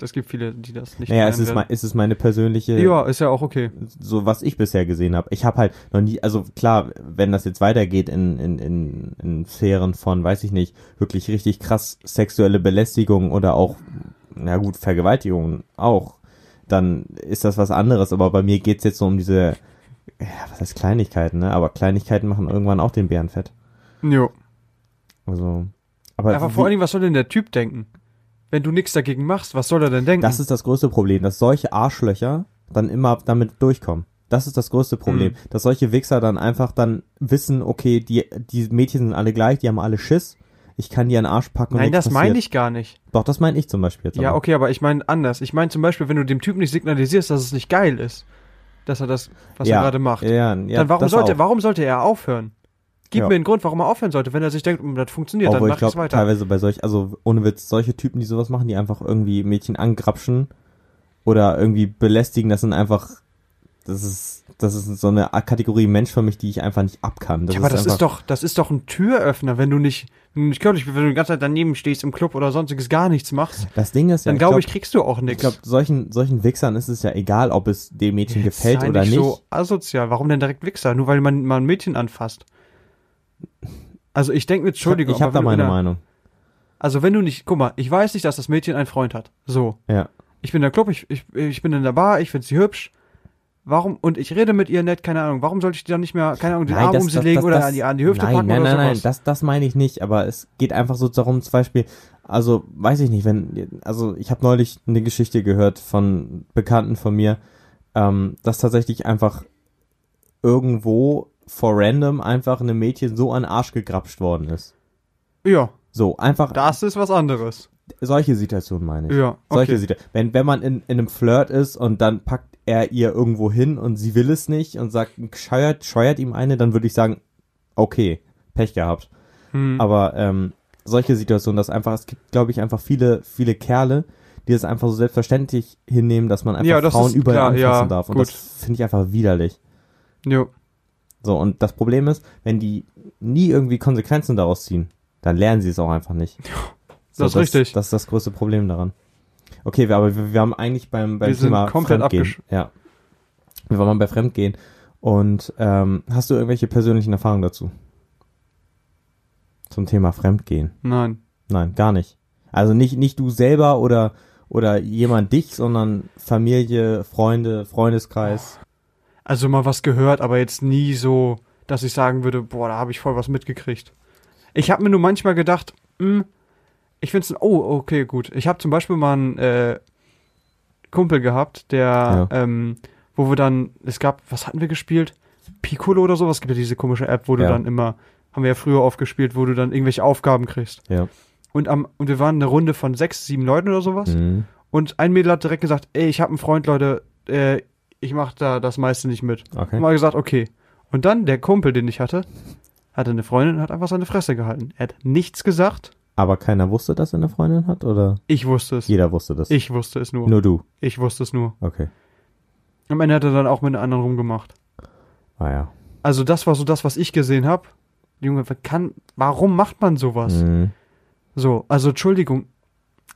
Speaker 3: es gibt viele, die das nicht
Speaker 1: Naja, es
Speaker 3: feiern
Speaker 1: ist, äh, mein,
Speaker 3: werden.
Speaker 1: es ist meine persönliche,
Speaker 3: Ja, ist ja auch okay.
Speaker 1: so was ich bisher gesehen habe. Ich habe halt noch nie, also klar, wenn das jetzt weitergeht in, in, in, in Sphären von, weiß ich nicht, wirklich richtig krass sexuelle Belästigung oder auch, na gut, Vergewaltigung auch, dann ist das was anderes. Aber bei mir geht's jetzt so um diese, ja, was heißt Kleinigkeiten, ne? Aber Kleinigkeiten machen irgendwann auch den Bären fett.
Speaker 3: Jo.
Speaker 1: Also, aber
Speaker 3: Aber
Speaker 1: wie-
Speaker 3: vor allen Dingen, was soll denn der Typ denken? Wenn du nichts dagegen machst, was soll er denn denken?
Speaker 1: Das ist das größte Problem, dass solche Arschlöcher dann immer damit durchkommen. Das ist das größte Problem,
Speaker 3: Mhm.
Speaker 1: dass solche Wichser dann einfach dann wissen, okay, die, die Mädchen sind alle gleich, die haben alle Schiss, ich kann die an den Arsch packen und
Speaker 3: Nein, das meine
Speaker 1: passiert.
Speaker 3: ich gar nicht.
Speaker 1: Doch, das meine ich zum Beispiel jetzt.
Speaker 3: Ja,
Speaker 1: aber.
Speaker 3: okay, aber ich meine anders. Ich meine zum Beispiel, wenn du dem Typen nicht signalisierst, dass es nicht geil ist, dass er das, was
Speaker 1: ja, äh,
Speaker 3: er gerade macht,
Speaker 1: Ja, ja,
Speaker 3: dann warum
Speaker 1: das
Speaker 3: sollte,
Speaker 1: auch.
Speaker 3: warum sollte er aufhören? Gib
Speaker 1: Ja.
Speaker 3: mir einen Grund, warum er aufhören sollte. Wenn er sich denkt, hm, das funktioniert,
Speaker 1: Obwohl
Speaker 3: dann
Speaker 1: ich
Speaker 3: mach ich es
Speaker 1: glaube,
Speaker 3: weiter.
Speaker 1: teilweise bei solch, also ohne Witz, solche Typen, die sowas machen, die einfach irgendwie Mädchen angrapschen oder irgendwie belästigen, das sind einfach, das ist, das ist so eine Kategorie Mensch für mich, die ich einfach nicht abkann.
Speaker 3: Ja, aber das
Speaker 1: einfach,
Speaker 3: ist doch, das ist doch ein Türöffner, wenn du nicht, wenn du nicht körperlich, wenn du die ganze Zeit daneben stehst im Club oder sonstiges gar nichts machst,
Speaker 1: Das Ding ist ja,
Speaker 3: dann
Speaker 1: glaub,
Speaker 3: glaube ich, kriegst du auch
Speaker 1: Ich
Speaker 3: nichts.
Speaker 1: glaube, solchen, solchen Wichsern ist es ja egal, ob es dem Mädchen gefällt
Speaker 3: Sei
Speaker 1: oder nicht.
Speaker 3: so asozial. Warum denn direkt Wichser? Nur weil man mal ein Mädchen anfasst. Also ich denke mir, Entschuldigung,
Speaker 1: ich habe
Speaker 3: aber
Speaker 1: da
Speaker 3: wenn
Speaker 1: meine
Speaker 3: du in einer-
Speaker 1: Meinung.
Speaker 3: Also wenn du nicht, guck mal, ich weiß nicht, dass das Mädchen einen Freund hat. So.
Speaker 1: Ja.
Speaker 3: Ich bin in der Club, ich, ich, ich bin in der Bar, ich finde sie hübsch. Warum, und ich rede mit ihr nett, keine Ahnung, warum sollte ich die dann nicht mehr, keine Ahnung, den Arm um sie legen oder an, die, an die Hüfte
Speaker 1: nein,
Speaker 3: packen
Speaker 1: nein,
Speaker 3: oder
Speaker 1: nein, nein,
Speaker 3: sowas?
Speaker 1: das, das meine ich nicht. Aber es geht einfach so darum, zum Beispiel, also weiß ich nicht, wenn, also ich habe neulich eine Geschichte gehört von Bekannten von mir, ähm, dass tatsächlich einfach irgendwo vor random einfach einem Mädchen so an den Arsch gegrapscht worden ist.
Speaker 3: ja,
Speaker 1: So, einfach
Speaker 3: das ist was anderes.
Speaker 1: solche Situationen meine ich.
Speaker 3: Ja,
Speaker 1: Solche
Speaker 3: okay.
Speaker 1: sieht er. Wenn, wenn man in, in einem Flirt ist und dann packt er ihr irgendwo hin und sie will es nicht und sagt, scheuert, scheuert ihm eine, dann würde ich sagen, okay, Pech gehabt.
Speaker 3: Hm.
Speaker 1: Aber ähm, solche Situationen, dass einfach, es gibt, glaube ich, einfach viele, viele Kerle, die es einfach so selbstverständlich hinnehmen, dass man einfach
Speaker 3: Ja, das
Speaker 1: Frauen
Speaker 3: ist
Speaker 1: überall
Speaker 3: klar, ja,
Speaker 1: anfassen darf. Und
Speaker 3: gut.
Speaker 1: das finde ich einfach widerlich.
Speaker 3: Jo.
Speaker 1: So, und das Problem ist, wenn die nie irgendwie Konsequenzen daraus ziehen, dann lernen sie es auch einfach nicht.
Speaker 3: <laughs> das ist richtig.
Speaker 1: Das ist das größte Problem daran. Okay, wir, aber wir, wir haben eigentlich beim, beim
Speaker 3: Wir sind
Speaker 1: Thema
Speaker 3: komplett
Speaker 1: Fremdgehen. Ja. Wir waren mal bei Fremdgehen. Und ähm, hast du irgendwelche persönlichen Erfahrungen dazu? Zum Thema Fremdgehen?
Speaker 3: Nein.
Speaker 1: Nein, gar nicht. Also nicht, nicht du selber oder, oder jemand dich, sondern Familie, Freunde, Freundeskreis.
Speaker 3: Also mal was gehört, aber jetzt nie so, dass ich sagen würde, boah, da habe ich voll was mitgekriegt. Ich habe mir nur manchmal gedacht, hm, ich finde es, oh, okay, gut. Ich habe zum Beispiel mal einen äh, Kumpel gehabt, der, ähm, wo wir dann, es gab, was hatten wir gespielt? Piccolo oder sowas, gibt ja diese komische App, wo du
Speaker 1: Ja.
Speaker 3: dann immer, haben wir ja früher oft gespielt, wo du dann irgendwelche Aufgaben kriegst.
Speaker 1: Ja.
Speaker 3: Und, am, und wir waren eine Runde von sechs, sieben Leuten oder sowas.
Speaker 1: Mhm.
Speaker 3: Und ein Mädel hat direkt gesagt, ey, ich habe einen Freund, Leute, äh, ich mache da das meiste nicht mit.
Speaker 1: Okay.
Speaker 3: Mal gesagt, okay. Und dann der Kumpel, den ich hatte, hatte eine Freundin und hat einfach seine Fresse gehalten. Er hat nichts gesagt.
Speaker 1: Aber keiner wusste, dass er eine Freundin hat oder
Speaker 3: Ich wusste es.
Speaker 1: jeder wusste das?
Speaker 3: Ich wusste es nur.
Speaker 1: Nur du.
Speaker 3: Ich wusste es nur.
Speaker 1: Okay.
Speaker 3: Am Ende hat er dann auch mit einer anderen rumgemacht.
Speaker 1: Ah ja.
Speaker 3: Also das war so das, was ich gesehen habe. Junge, wer kann, warum macht man sowas?
Speaker 1: Mhm.
Speaker 3: So, also Entschuldigung.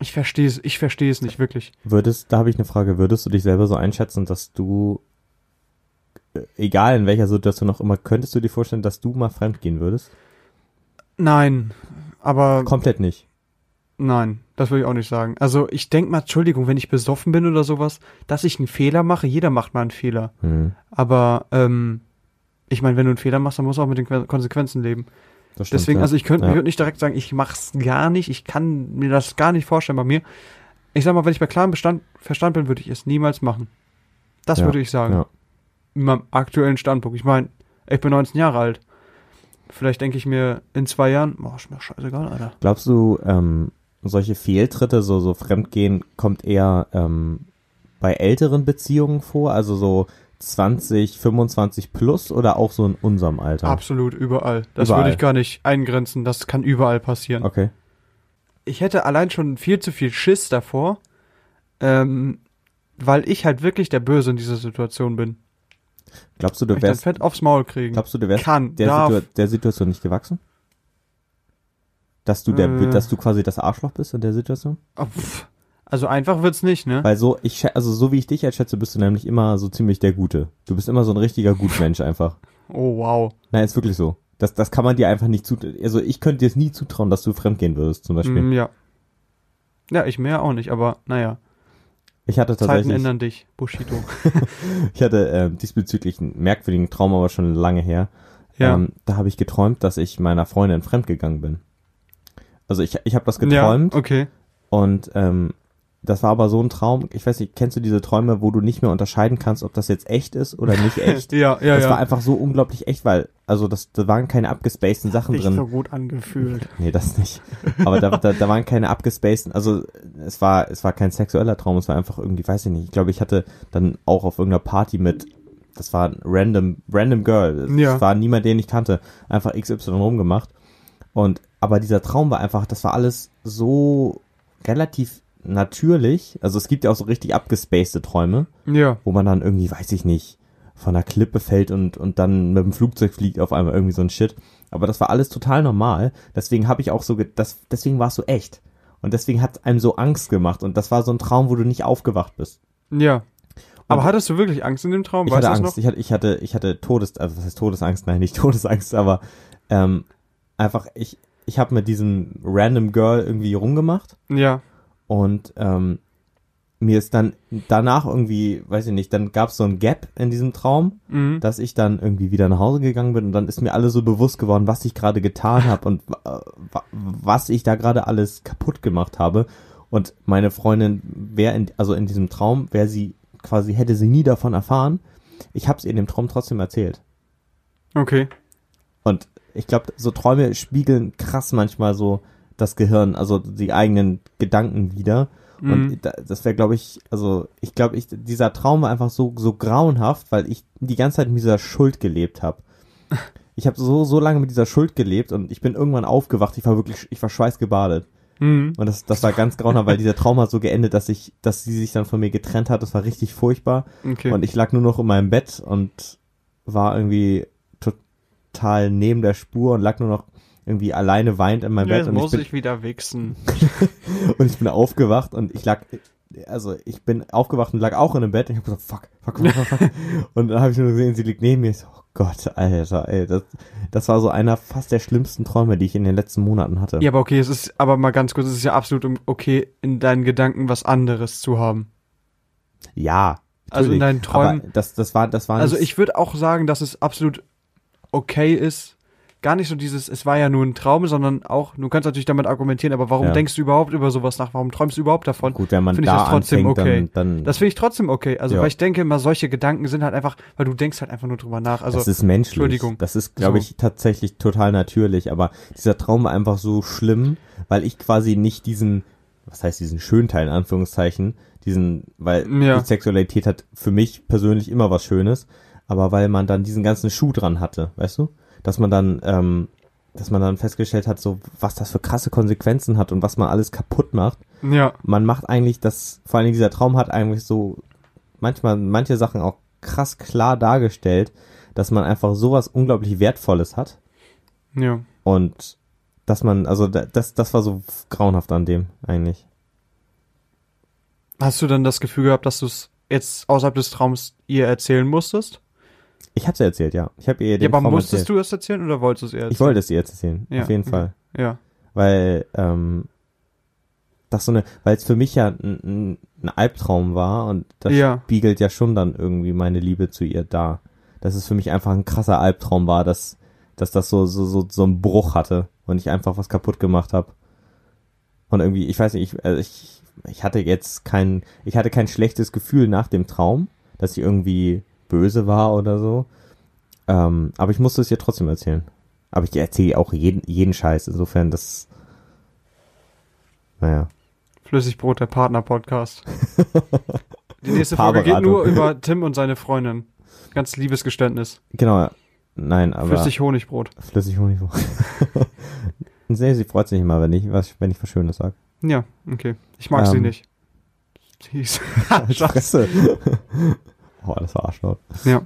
Speaker 3: Ich verstehe es, ich verstehe es nicht wirklich.
Speaker 1: Würdest, da habe ich eine Frage, würdest du dich selber so einschätzen, dass du, äh, egal in welcher Situation auch immer, könntest du dir vorstellen, dass du mal fremdgehen würdest?
Speaker 3: Nein, aber
Speaker 1: Komplett nicht.
Speaker 3: Nein, das würde ich auch nicht sagen. Also ich denke mal, Entschuldigung, wenn ich besoffen bin oder sowas, dass ich einen Fehler mache, jeder macht mal einen Fehler.
Speaker 1: Mhm.
Speaker 3: Aber ähm, ich meine, wenn du einen Fehler machst, dann musst du auch mit den Que- Konsequenzen leben.
Speaker 1: Das stimmt,
Speaker 3: Deswegen,
Speaker 1: ja.
Speaker 3: also ich könnte,
Speaker 1: Ja.
Speaker 3: ich würde nicht direkt sagen, ich mach's gar nicht, ich kann mir das gar nicht vorstellen bei mir. Ich sag mal, wenn ich bei klarem Bestand, Verstand bin, würde ich es niemals machen. Das
Speaker 1: Ja,
Speaker 3: würde ich sagen.
Speaker 1: ja.
Speaker 3: In meinem aktuellen Standpunkt. Ich meine, ich bin 19 Jahre alt. Vielleicht denke ich mir in zwei Jahren, boah, ist mir scheißegal, Alter.
Speaker 1: Glaubst du, ähm, solche Fehltritte, so, so Fremdgehen, kommt eher ähm, bei älteren Beziehungen vor? Also so 20, 25 plus oder auch so in unserem Alter?
Speaker 3: Absolut überall. Das
Speaker 1: Überall.
Speaker 3: würde ich gar nicht eingrenzen. Das kann überall passieren.
Speaker 1: Okay.
Speaker 3: Ich hätte allein schon viel zu viel Schiss davor, ähm, weil ich halt wirklich der Böse in dieser Situation bin.
Speaker 1: Glaubst du,
Speaker 3: Du
Speaker 1: du
Speaker 3: ich dann
Speaker 1: wärst,
Speaker 3: fett aufs Maul kriegen.
Speaker 1: glaubst du, du wärst
Speaker 3: kann,
Speaker 1: der,
Speaker 3: darf.
Speaker 1: Situa der Situation nicht gewachsen? Dass du der,
Speaker 3: Äh.
Speaker 1: dass du quasi das Arschloch bist in der Situation?
Speaker 3: Oh, pff. Also einfach wird's nicht, ne?
Speaker 1: Weil so, ich schä- also so wie ich dich einschätze, bist du nämlich immer so ziemlich der Gute. Du bist immer so ein richtiger Gutmensch einfach.
Speaker 3: Oh, wow.
Speaker 1: Nein, ist wirklich so. Das, das kann man dir einfach nicht zutrauen. Also ich könnte dir es nie zutrauen, dass du fremdgehen würdest, zum Beispiel.
Speaker 3: Mm, ja. Ja, ich mehr auch nicht, aber naja.
Speaker 1: Ich hatte
Speaker 3: Zeiten
Speaker 1: tatsächlich,
Speaker 3: ändern dich, Bushido.
Speaker 1: <laughs> ich hatte äh, diesbezüglich einen merkwürdigen Traum, aber schon lange her.
Speaker 3: Ja.
Speaker 1: Ähm, da habe ich geträumt, dass ich meiner Freundin fremdgegangen bin. Also ich, ich habe das geträumt
Speaker 3: Ja, okay.
Speaker 1: Und ähm, das war aber so ein Traum. Ich weiß nicht, kennst du diese Träume, wo du nicht mehr unterscheiden kannst, ob das jetzt echt ist oder
Speaker 3: <laughs>
Speaker 1: nicht echt?
Speaker 3: Ja, ja,
Speaker 1: das
Speaker 3: ja.
Speaker 1: war einfach so unglaublich echt, weil, also das, da waren keine abgespaceden Sachen
Speaker 3: nicht so
Speaker 1: drin.
Speaker 3: gut angefühlt.
Speaker 1: Nee, das nicht. Aber da, da, da waren keine abgespaceden, also es war, es war kein sexueller Traum, es war einfach irgendwie, weiß ich nicht. Ich glaube, ich hatte dann auch auf irgendeiner Party mit, das war ein random, random Girl. Es
Speaker 3: Ja.
Speaker 1: war niemand, den ich kannte. Einfach XY rumgemacht. Und, aber dieser Traum war einfach, das war alles so relativ natürlich. Also es gibt ja auch so richtig abgespacede Träume,
Speaker 3: <laughs> Ja.
Speaker 1: wo man dann irgendwie, weiß ich nicht, von einer Klippe fällt und, und dann mit dem Flugzeug fliegt auf einmal irgendwie so ein Shit. Aber das war alles total normal. Deswegen habe ich auch so, ge das, deswegen war es so echt. Und deswegen hat einem so Angst gemacht. Und das war so ein Traum, wo du nicht aufgewacht bist.
Speaker 3: Ja. Aber
Speaker 1: Und-
Speaker 3: hattest du wirklich Angst in dem Traum?
Speaker 1: Ich
Speaker 3: weißt
Speaker 1: hatte
Speaker 3: du das
Speaker 1: Angst. Ich hatte, ich hatte, ich hatte Todes, also was heißt Todesangst? Nein, nicht <laughs> Todesangst, aber ähm, einfach ich, ich habe mit diesem random Girl irgendwie rumgemacht
Speaker 3: noch? Ja.
Speaker 1: und ähm, mir ist dann danach irgendwie, weiß ich nicht, dann gab es so ein Gap in diesem Traum,
Speaker 3: Mhm.
Speaker 1: dass ich dann irgendwie wieder nach Hause gegangen bin und dann ist mir alles so bewusst geworden, was ich gerade getan habe und wa- wa- was ich da gerade alles kaputt gemacht habe. Und meine Freundin wäre in, also in diesem Traum, wäre sie quasi, hätte sie nie davon erfahren. Ich habe es ihr in dem Traum trotzdem erzählt.
Speaker 3: Okay.
Speaker 1: Und ich glaube, so Träume spiegeln krass manchmal so das Gehirn, also die eigenen Gedanken wieder.
Speaker 3: Mhm.
Speaker 1: Und da- das wäre, glaube ich, also ich glaube, ich, dieser Traum war einfach so, so grauenhaft, weil ich die ganze Zeit mit dieser Schuld gelebt habe.
Speaker 3: <laughs>
Speaker 1: Ich habe so, so lange mit dieser Schuld gelebt und ich bin irgendwann aufgewacht, ich war wirklich, ich war schweißgebadet.
Speaker 3: Mhm.
Speaker 1: Und das,
Speaker 3: <laughs>
Speaker 1: das war ganz grauenhaft, weil dieser Traum hat so geendet, dass ich, dass sie sich dann von mir getrennt hat, das war richtig furchtbar.
Speaker 3: Okay.
Speaker 1: Und ich lag nur noch in meinem Bett und war irgendwie total neben der Spur und lag nur noch irgendwie alleine weint in meinem
Speaker 3: Ja,
Speaker 1: Bett.
Speaker 3: jetzt
Speaker 1: Und ich,
Speaker 3: muss
Speaker 1: bin,
Speaker 3: ich wieder wichsen.
Speaker 1: und ich bin aufgewacht und ich lag, also ich bin aufgewacht und lag auch in einem Bett und ich habe gesagt, fuck, fuck, fuck, fuck,
Speaker 3: <laughs>
Speaker 1: fuck. Und dann habe ich nur gesehen, sie liegt neben mir. Ich so, oh Gott, Alter, ey, das, das war so einer fast der schlimmsten Träume, die ich in den letzten Monaten hatte.
Speaker 3: Ja, aber okay, es ist aber mal ganz kurz, es ist ja absolut um, okay, in deinen Gedanken was anderes zu haben.
Speaker 1: Ja.
Speaker 3: Also in
Speaker 1: natürlich.
Speaker 3: deinen Träumen.
Speaker 1: Aber das, das war, das war
Speaker 3: Also
Speaker 1: nicht-
Speaker 3: ich würde auch sagen, dass es absolut okay ist. Gar nicht so dieses, es war ja nur ein Traum, sondern auch, du kannst natürlich damit argumentieren, aber warum
Speaker 1: Ja.
Speaker 3: denkst du überhaupt über sowas nach? Warum träumst du überhaupt davon?
Speaker 1: gut, wenn man
Speaker 3: find ich
Speaker 1: da
Speaker 3: das trotzdem
Speaker 1: anfängt,
Speaker 3: okay.
Speaker 1: dann, dann
Speaker 3: Das finde ich trotzdem okay. Also,
Speaker 1: Ja.
Speaker 3: weil ich denke immer, solche Gedanken sind halt einfach, weil du denkst halt einfach nur drüber nach. Also,
Speaker 1: das ist menschlich.
Speaker 3: Entschuldigung.
Speaker 1: Das ist, glaube
Speaker 3: So.
Speaker 1: ich, tatsächlich total natürlich. Aber dieser Traum war einfach so schlimm, weil ich quasi nicht diesen, was heißt diesen schönen Teil in Anführungszeichen, diesen, weil
Speaker 3: Ja.
Speaker 1: die Sexualität hat für mich persönlich immer was Schönes, aber weil man dann diesen ganzen Schuh dran hatte, weißt du? Dass man dann, ähm, dass man dann festgestellt hat, so was das für krasse Konsequenzen hat und was man alles kaputt macht
Speaker 3: ja,
Speaker 1: man macht eigentlich das, vor allen Dingen dieser Traum hat eigentlich so manchmal manche Sachen auch krass klar dargestellt, dass man einfach sowas unglaublich Wertvolles hat
Speaker 3: ja.
Speaker 1: und dass man, also da- das, das war so grauenhaft an dem eigentlich.
Speaker 3: Hast du dann das Gefühl gehabt, dass du es jetzt außerhalb des Traums ihr erzählen musstest?
Speaker 1: Ich hab's ihr erzählt, ja. Ich hab ihr den
Speaker 3: ja, aber
Speaker 1: Traum
Speaker 3: musstest
Speaker 1: erzählt.
Speaker 3: du es erzählen oder wolltest du es ihr erzählen?
Speaker 1: Ich wollte es ihr jetzt erzählen,
Speaker 3: Ja,
Speaker 1: auf jeden
Speaker 3: okay.
Speaker 1: Fall.
Speaker 3: Ja.
Speaker 1: Weil, ähm, das so eine, weil es für mich ja ein, ein- ein Albtraum war und das
Speaker 3: Ja.
Speaker 1: spiegelt ja schon dann irgendwie meine Liebe zu ihr dar. Dass es für mich einfach ein krasser Albtraum war, dass, dass das so, so, so, so einen Bruch hatte und ich einfach was kaputt gemacht habe. Und irgendwie, ich weiß nicht, ich, also ich, ich hatte jetzt kein, ich hatte kein schlechtes Gefühl nach dem Traum, dass sie irgendwie böse war oder so. Ähm, aber ich musste es ihr trotzdem erzählen. Aber ich erzähle auch jeden, jeden Scheiß, insofern, das, naja.
Speaker 3: Flüssigbrot, der Partner-Podcast.
Speaker 1: <laughs>
Speaker 3: Die nächste Folge geht
Speaker 1: Paarberatung.
Speaker 3: nur über Tim und seine Freundin. Ganz liebes Geständnis.
Speaker 1: Genau, ja. nein, aber.
Speaker 3: Flüssig Honigbrot.
Speaker 1: Flüssig Honig. <laughs> nee, sie freut sich immer, wenn ich was, wenn ich was Schönes sage.
Speaker 3: Ja, okay. Ich mag sie
Speaker 1: Ähm.
Speaker 3: nicht.
Speaker 1: <laughs>
Speaker 3: Sie ist-
Speaker 1: Fresse. oh, das war Arschlaut.
Speaker 3: ja.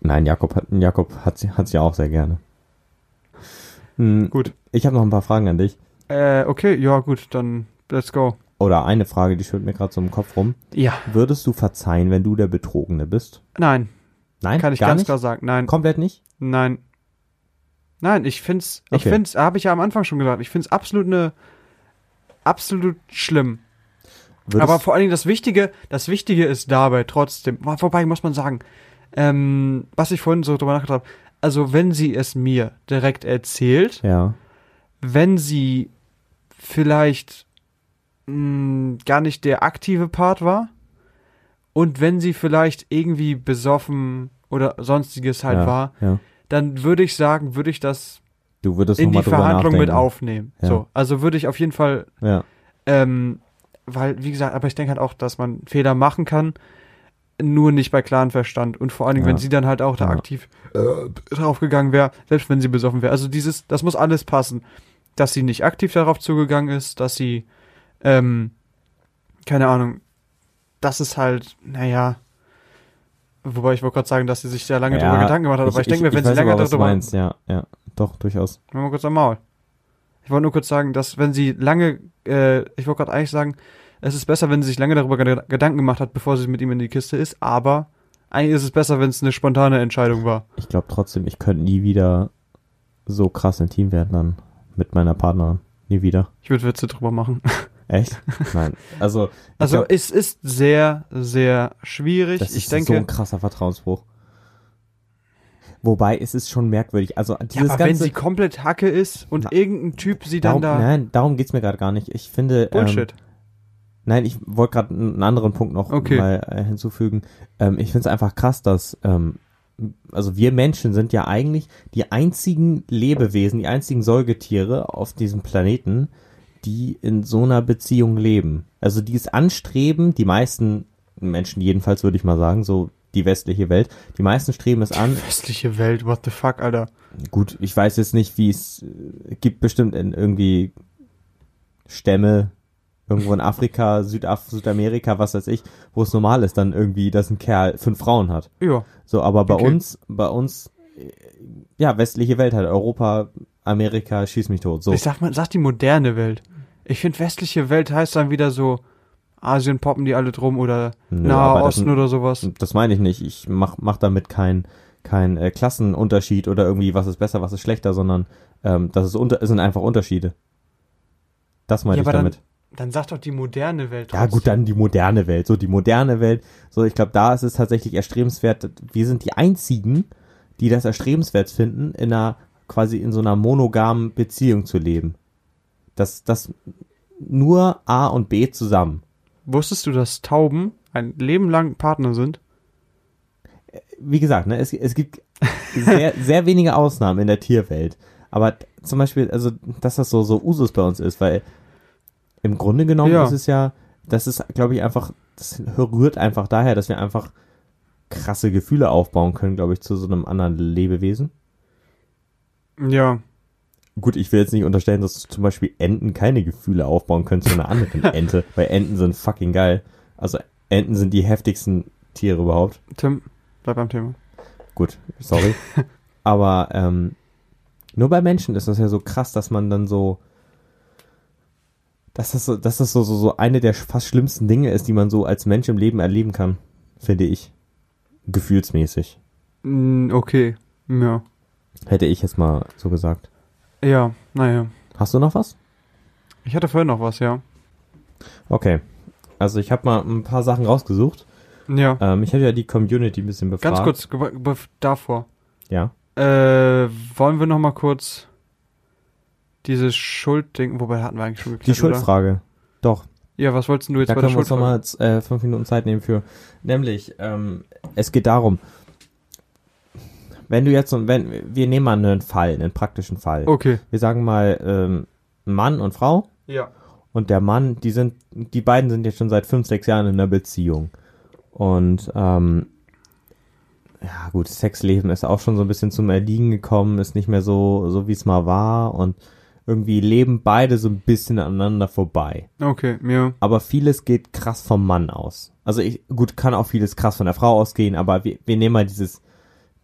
Speaker 1: Nein, Jakob hat, Jakob hat sie, hat sie auch sehr gerne. Hm,
Speaker 3: Gut.
Speaker 1: Ich habe noch ein paar Fragen an dich.
Speaker 3: Äh, okay, ja, gut, dann let's go.
Speaker 1: oder eine Frage, die schwirrt mir gerade so im Kopf rum.
Speaker 3: Ja.
Speaker 1: Würdest du verzeihen, wenn du der Betrogene bist?
Speaker 3: Nein,
Speaker 1: Nein,
Speaker 3: kann ich
Speaker 1: gar
Speaker 3: ganz
Speaker 1: nicht.
Speaker 3: klar sagen. Nein,
Speaker 1: Komplett nicht?
Speaker 3: nein. Nein, ich find's, ich
Speaker 1: Okay.
Speaker 3: find's, habe ich ja am Anfang schon gesagt, ich find's absolut eine, absolut schlimm.
Speaker 1: Würdest,
Speaker 3: Aber vor allen Dingen das Wichtige, das Wichtige ist dabei trotzdem, wobei muss man sagen, ähm, was ich vorhin so drüber nachgedacht habe, also wenn sie es mir direkt erzählt,
Speaker 1: ja.
Speaker 3: wenn sie vielleicht mh, gar nicht der aktive Part war und wenn sie vielleicht irgendwie besoffen oder sonstiges halt
Speaker 1: ja,
Speaker 3: war,
Speaker 1: Ja.
Speaker 3: dann würde ich sagen, würde ich das
Speaker 1: Du würdest
Speaker 3: in
Speaker 1: noch
Speaker 3: die
Speaker 1: mal drüber
Speaker 3: Verhandlung mit
Speaker 1: nachdenken.
Speaker 3: aufnehmen.
Speaker 1: Ja.
Speaker 3: So, also würde ich auf jeden Fall
Speaker 1: Ja.
Speaker 3: ähm, weil, wie gesagt, aber ich denke halt auch, dass man Fehler machen kann, nur nicht bei klarem Verstand. Und vor allen Dingen,
Speaker 1: Ja.
Speaker 3: wenn sie dann halt auch da
Speaker 1: Ja.
Speaker 3: aktiv äh, draufgegangen wäre, selbst wenn sie besoffen wäre. Also dieses, das muss alles passen. Dass sie nicht aktiv darauf zugegangen ist, dass sie, ähm, keine Ahnung, das ist halt, naja, wobei ich wollte gerade sagen, dass sie sich sehr lange
Speaker 1: Ja,
Speaker 3: darüber Gedanken gemacht hat, aber ich, denke mir, wenn
Speaker 1: weiß
Speaker 3: sie länger
Speaker 1: aber, was du
Speaker 3: darüber
Speaker 1: meinst. Ja, ja. Doch, durchaus.
Speaker 3: Mach mal kurz am Maul. Ich wollte nur kurz sagen, dass wenn sie lange, äh, ich wollte gerade eigentlich sagen, es ist besser, wenn sie sich lange darüber ged- Gedanken gemacht hat, bevor sie mit ihm in die Kiste ist, aber eigentlich ist es besser, wenn es eine spontane Entscheidung war.
Speaker 1: Ich glaube trotzdem, ich könnte nie wieder so krass intim werden dann mit meiner Partnerin. Nie wieder.
Speaker 3: Ich würde Witze
Speaker 1: <laughs>
Speaker 3: drüber machen. <laughs>
Speaker 1: Echt? Nein. Also, ich
Speaker 3: Also
Speaker 1: glaub,
Speaker 3: es ist sehr, sehr schwierig.
Speaker 1: das
Speaker 3: ich
Speaker 1: ist so
Speaker 3: denke,
Speaker 1: ein krasser Vertrauensbruch. Wobei, es ist schon merkwürdig. Also,
Speaker 3: ja,
Speaker 1: dieses
Speaker 3: aber wenn
Speaker 1: ganze.
Speaker 3: sie komplett Hacke ist und
Speaker 1: Na,
Speaker 3: irgendein Typ sie dann
Speaker 1: darum,
Speaker 3: da...
Speaker 1: Nein, darum geht's mir gerade gar nicht. Ich finde. Ähm,
Speaker 3: Bullshit.
Speaker 1: Nein, ich wollte gerade einen anderen Punkt noch
Speaker 3: Okay.
Speaker 1: mal äh, hinzufügen. Ähm, ich finde es einfach krass, dass ähm, also wir Menschen sind ja eigentlich die einzigen Lebewesen, die einzigen Säugetiere auf diesem Planeten, die in so einer Beziehung leben. Also die es anstreben, die meisten Menschen jedenfalls würde ich mal sagen, so die westliche Welt, die meisten streben es an,
Speaker 3: Westliche Welt, what the fuck, Alter.
Speaker 1: gut, ich weiß jetzt nicht, wie es äh, gibt bestimmt in irgendwie Stämme irgendwo in Afrika, Südaf Südamerika, was weiß ich, wo es normal ist, dann irgendwie, dass ein Kerl fünf Frauen hat.
Speaker 3: Ja,
Speaker 1: So, aber bei
Speaker 3: Okay.
Speaker 1: uns, bei uns, äh, ja, westliche Welt halt, Europa, Amerika, schieß mich tot. So.
Speaker 3: ich sag mal, sag die moderne Welt. Ich finde, westliche Welt heißt dann wieder so, Asien poppen die alle drum oder
Speaker 1: Nö,
Speaker 3: Nahe
Speaker 1: aber das-
Speaker 3: Osten oder sowas.
Speaker 1: Das meine ich nicht. Ich mach, mach damit keinen kein, äh, Klassenunterschied oder irgendwie, was ist besser, was ist schlechter, sondern ähm, das ist unter es sind einfach Unterschiede. Das meine
Speaker 3: Ja,
Speaker 1: ich
Speaker 3: aber dann-
Speaker 1: damit.
Speaker 3: Dann sag doch die moderne Welt.
Speaker 1: Ja, gut, dann die moderne Welt. So, die moderne Welt. So, ich glaube, da ist es tatsächlich erstrebenswert. Wir sind die einzigen, die das erstrebenswert finden, in einer, quasi in so einer monogamen Beziehung zu leben. Das, das nur A und B zusammen.
Speaker 3: Wusstest du, dass Tauben ein Leben lang Partner sind?
Speaker 1: Wie gesagt, ne, es, es gibt <laughs> sehr, sehr wenige Ausnahmen in der Tierwelt. Aber t- zum Beispiel, also, dass das so, so Usus bei uns ist, weil im Grunde genommen
Speaker 3: Ja.
Speaker 1: ist es ja, das ist, glaube ich, einfach, das rührt einfach daher, dass wir einfach krasse Gefühle aufbauen können, glaube ich, zu so einem anderen Lebewesen.
Speaker 3: Ja.
Speaker 1: Gut, ich will jetzt nicht unterstellen, dass zum Beispiel Enten keine Gefühle aufbauen können zu einer <laughs> anderen Ente, weil Enten sind fucking geil. Also Enten sind die heftigsten Tiere überhaupt.
Speaker 3: Tim, bleib beim Thema.
Speaker 1: Gut,
Speaker 3: <laughs>
Speaker 1: sorry. Aber ähm, nur bei Menschen ist das ja so krass, dass man dann so. Dass das, so, dass das so, so, so eine der fast schlimmsten Dinge ist, die man so als Mensch im Leben erleben kann, finde ich. Gefühlsmäßig.
Speaker 3: Mm, okay. Ja.
Speaker 1: Hätte ich jetzt mal so gesagt.
Speaker 3: Ja, naja.
Speaker 1: Hast du noch was?
Speaker 3: Ich hatte vorhin noch was, ja.
Speaker 1: Okay. Also ich habe mal ein paar Sachen rausgesucht.
Speaker 3: Ja.
Speaker 1: Ähm, ich hätte ja die Community ein bisschen befragt.
Speaker 3: Ganz kurz, ge- be- davor.
Speaker 1: Ja.
Speaker 3: Äh, wollen wir noch mal kurz dieses Schuldding, wobei hatten wir eigentlich schon
Speaker 1: Die
Speaker 3: geklärt, oder?
Speaker 1: Schuldfrage. Doch.
Speaker 3: Ja, was wolltest denn du jetzt
Speaker 1: da
Speaker 3: bei der
Speaker 1: können wir uns
Speaker 3: Schuldfrage?
Speaker 1: nochmal äh, fünf Minuten Zeit nehmen für. Nämlich, ähm, es geht darum, wenn du jetzt, so- wenn wir nehmen mal einen Fall, einen praktischen Fall.
Speaker 3: Okay.
Speaker 1: Wir sagen mal ähm, Mann und Frau
Speaker 3: Ja.
Speaker 1: und der Mann, die sind, die beiden sind jetzt schon seit fünf, sechs Jahren in einer Beziehung und ähm, ja gut, das Sexleben ist auch schon so ein bisschen zum Erliegen gekommen, ist nicht mehr so, so wie es mal war und irgendwie leben beide so ein bisschen aneinander vorbei
Speaker 3: Okay, ja.
Speaker 1: aber vieles geht krass vom Mann aus. Also ich, gut, kann auch vieles krass von der Frau ausgehen, aber wir, wir nehmen mal dieses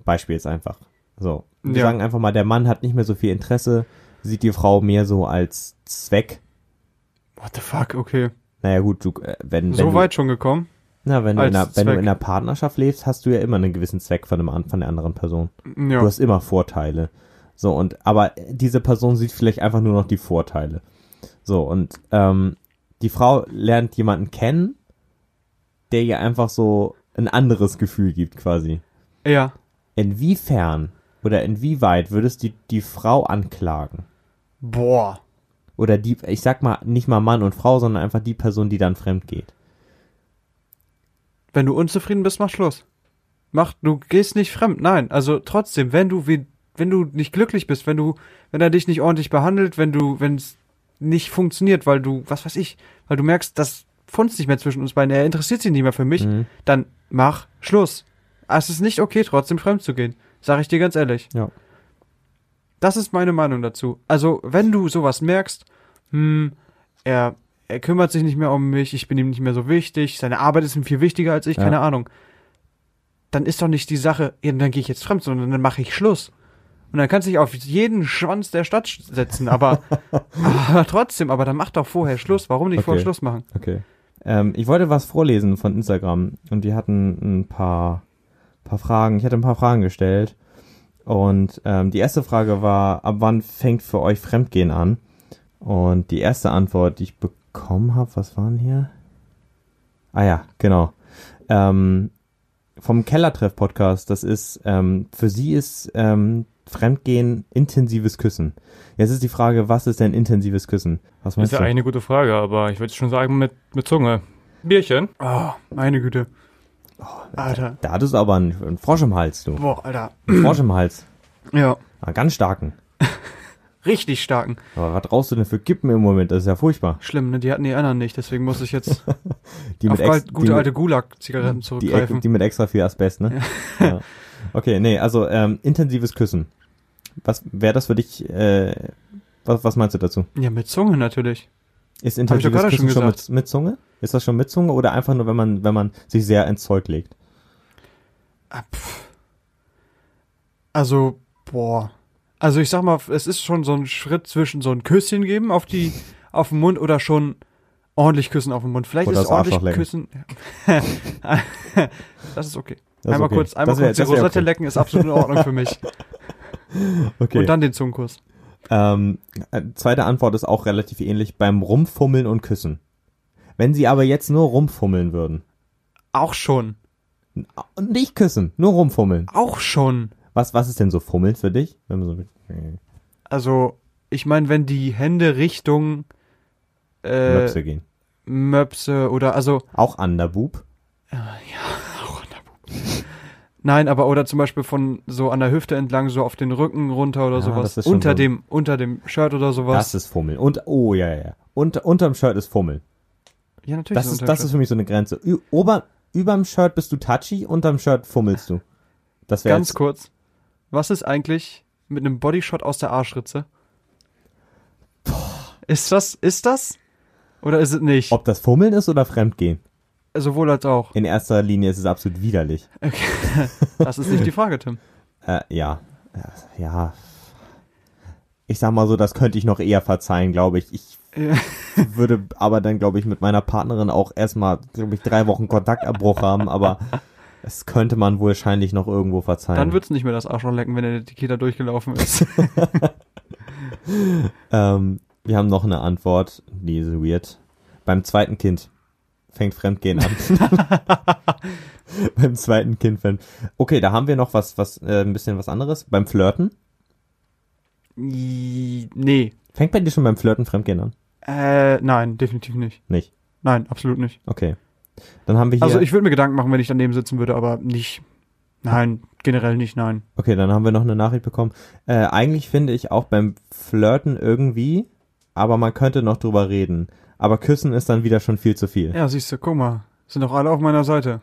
Speaker 1: Beispiel jetzt einfach. So. Wir
Speaker 3: Ja.
Speaker 1: sagen einfach mal, der Mann hat nicht mehr so viel Interesse, sieht die Frau mehr so als Zweck.
Speaker 3: What the fuck, okay.
Speaker 1: Naja gut, du, äh, wenn, wenn
Speaker 3: so
Speaker 1: du,
Speaker 3: weit schon gekommen.
Speaker 1: na, wenn, du in einer,
Speaker 3: als
Speaker 1: wenn du in
Speaker 3: Zweck.
Speaker 1: einer Partnerschaft lebst, hast du ja immer einen gewissen Zweck von, dem, von der anderen Person.
Speaker 3: Ja.
Speaker 1: Du hast immer Vorteile. So, und, aber diese Person sieht vielleicht einfach nur noch die Vorteile. So, und ähm, die Frau lernt jemanden kennen, der ihr einfach so ein anderes Gefühl gibt, quasi.
Speaker 3: ja.
Speaker 1: Inwiefern oder inwieweit würdest du die, die Frau anklagen?
Speaker 3: Boah.
Speaker 1: Oder die, ich sag mal, nicht mal Mann und Frau, sondern einfach die Person, die dann fremd geht.
Speaker 3: Wenn du unzufrieden bist, mach Schluss. Mach, du gehst nicht fremd. Nein, also trotzdem, wenn du wie, wenn du nicht glücklich bist, wenn du, wenn er dich nicht ordentlich behandelt, wenn du, wenn es nicht funktioniert, weil du, was weiß ich, weil du merkst, das funzt nicht mehr zwischen uns beiden, er interessiert sich nicht mehr für mich,
Speaker 1: Mhm.
Speaker 3: dann mach Schluss. Ah, Es ist nicht okay, trotzdem fremd zu gehen. Sag ich dir ganz ehrlich.
Speaker 1: Ja.
Speaker 3: Das ist meine Meinung dazu. Also, wenn du sowas merkst, hm, er, er kümmert sich nicht mehr um mich, ich bin ihm nicht mehr so wichtig, seine Arbeit ist ihm viel wichtiger als ich,
Speaker 1: Ja.
Speaker 3: keine Ahnung. Dann ist doch nicht die Sache, ja, dann gehe ich jetzt fremd, sondern dann mache ich Schluss. Und dann kannst du dich auf jeden Schwanz der Stadt sch-
Speaker 1: <laughs>
Speaker 3: setzen, aber, aber trotzdem, aber dann mach doch vorher Schluss. Warum nicht vorher
Speaker 1: Okay.
Speaker 3: Schluss machen?
Speaker 1: Okay. Ähm, ich wollte was vorlesen von Instagram und die hatten ein paar, paar Fragen. Ich hatte ein paar Fragen gestellt. Und ähm, die erste Frage war, ab wann fängt für euch Fremdgehen an? Und die erste Antwort, die ich bekommen habe, was waren hier? Ah ja, genau. Ähm, vom Kellertreff-Podcast, das ist, ähm, für sie ist ähm, Fremdgehen intensives Küssen. Jetzt ist die Frage, was ist denn intensives Küssen? Was
Speaker 4: Das ist
Speaker 1: meinst
Speaker 4: ja
Speaker 1: du?
Speaker 4: eigentlich eine gute Frage, aber ich würde schon sagen mit, mit Zunge. Bierchen.
Speaker 3: Oh, meine Güte.
Speaker 1: Oh,
Speaker 3: Alter.
Speaker 1: Da hattest du aber einen, einen Frosch im Hals, du.
Speaker 3: Boah, Alter.
Speaker 1: Einen Frosch im Hals.
Speaker 3: Ja.
Speaker 1: Ah, ganz starken.
Speaker 3: Richtig starken.
Speaker 1: Aber was rauchst du denn für Kippen im Moment? Das ist ja furchtbar.
Speaker 3: Schlimm, ne? Die hatten die anderen nicht, deswegen muss ich jetzt
Speaker 1: Die
Speaker 3: auf
Speaker 1: mit, ex
Speaker 3: gute, gute
Speaker 1: die,
Speaker 3: alte ne, Gulag-Zigaretten
Speaker 1: mit- die, ex-
Speaker 3: zurückgreifen.
Speaker 1: die mit extra viel Asbest, ne? Ja. Okay, nee, also ähm, intensives Küssen. Was wäre das für dich, äh, was, was meinst du dazu?
Speaker 3: ja, mit Zunge natürlich.
Speaker 1: Ist
Speaker 3: ich doch
Speaker 1: intensives
Speaker 3: gerade
Speaker 1: Küssen
Speaker 3: schon
Speaker 1: schon, mit, mit Zunge? Ist das schon mit Zunge oder einfach nur, wenn man, wenn man sich sehr ins Zeug legt?
Speaker 3: Ah, pff. Also, boah. Also ich sag mal, es ist schon so ein Schritt zwischen so ein Küsschen geben auf die, auf den Mund oder schon ordentlich küssen auf den Mund. Vielleicht
Speaker 1: Oder
Speaker 3: ist
Speaker 1: das Arschloch
Speaker 3: ordentlich
Speaker 1: lecken.
Speaker 3: küssen. <laughs> das ist okay.
Speaker 1: Das ist
Speaker 3: einmal
Speaker 1: okay.
Speaker 3: kurz, einmal
Speaker 1: Das wär-
Speaker 3: kurz die
Speaker 1: das wär
Speaker 3: Rosette
Speaker 1: okay.
Speaker 3: lecken ist absolut in Ordnung für mich.
Speaker 1: <laughs> Okay.
Speaker 3: Und dann den Zungenkuss.
Speaker 1: Ähm, äh, zweite Antwort ist auch relativ ähnlich beim Rumfummeln und Küssen. Wenn sie aber jetzt nur rumfummeln würden
Speaker 3: Auch schon.
Speaker 1: und nicht küssen, nur rumfummeln.
Speaker 3: Auch schon.
Speaker 1: Was, was ist denn so Fummeln für dich? Wenn man so äh,
Speaker 3: Also, ich meine, wenn die Hände Richtung äh,
Speaker 1: Möpse
Speaker 3: Möpse.
Speaker 1: gehen.
Speaker 3: oder also
Speaker 1: Auch Underboob.
Speaker 3: nein, aber oder zum Beispiel von so an der Hüfte entlang so auf den Rücken runter oder
Speaker 1: Ja,
Speaker 3: sowas
Speaker 1: das ist schon
Speaker 3: unter
Speaker 1: so.
Speaker 3: dem unter dem Shirt oder sowas.
Speaker 1: Das ist Fummeln. Und, oh, ja, ja, ja. Und, unterm Shirt ist Fummeln.
Speaker 3: ja natürlich.
Speaker 1: Das
Speaker 3: so
Speaker 1: ist,
Speaker 3: unter dem
Speaker 1: das ist für mich so eine Grenze. Ü ober, überm Shirt bist du touchy, unterm Shirt fummelst du. Das
Speaker 3: Shirt.
Speaker 1: wäre
Speaker 3: ganz kurz. Was ist eigentlich mit einem Bodyshot aus der Arschritze? Ist das ist das oder ist es nicht?
Speaker 1: ob das Fummeln ist oder Fremdgehen.
Speaker 3: Sowohl als auch.
Speaker 1: In erster Linie ist es absolut widerlich.
Speaker 3: Das ist
Speaker 1: <laughs>
Speaker 3: nicht die Frage, Tim.
Speaker 1: Äh, ja. Äh, Ja. Ich sag mal so, das könnte ich noch eher verzeihen, glaube ich. Ich
Speaker 3: Ja.
Speaker 1: <laughs> würde aber dann, glaube ich, mit meiner Partnerin auch erstmal, glaube ich, drei Wochen Kontaktabbruch haben, aber es könnte man wohl wahrscheinlich noch irgendwo verzeihen.
Speaker 3: Dann wird's nicht mehr das Arschloch lecken, wenn der Tequila durchgelaufen ist.
Speaker 1: <laughs> ähm, wir haben noch eine Antwort, die ist weird. Beim zweiten Kind fängt Fremdgehen an.
Speaker 3: <laughs>
Speaker 1: Beim zweiten Kind fängt. Okay, da haben wir noch was, was, äh, ein bisschen was anderes. Beim Flirten.
Speaker 3: I- Nee.
Speaker 1: Fängt bei dir schon beim Flirten Fremdgehen an?
Speaker 3: Äh, nein, definitiv nicht.
Speaker 1: Nicht.
Speaker 3: Nein, absolut nicht.
Speaker 1: Okay. Dann haben wir hier.
Speaker 3: Also ich würde mir Gedanken machen, wenn ich daneben sitzen würde, aber nicht. Nein, generell nicht, nein.
Speaker 1: Okay, dann haben wir noch eine Nachricht bekommen. Äh, eigentlich finde ich auch beim Flirten irgendwie, aber man könnte noch drüber reden. Aber küssen ist dann wieder schon viel zu viel.
Speaker 3: Ja, siehst du, guck mal. Sind doch alle auf meiner Seite.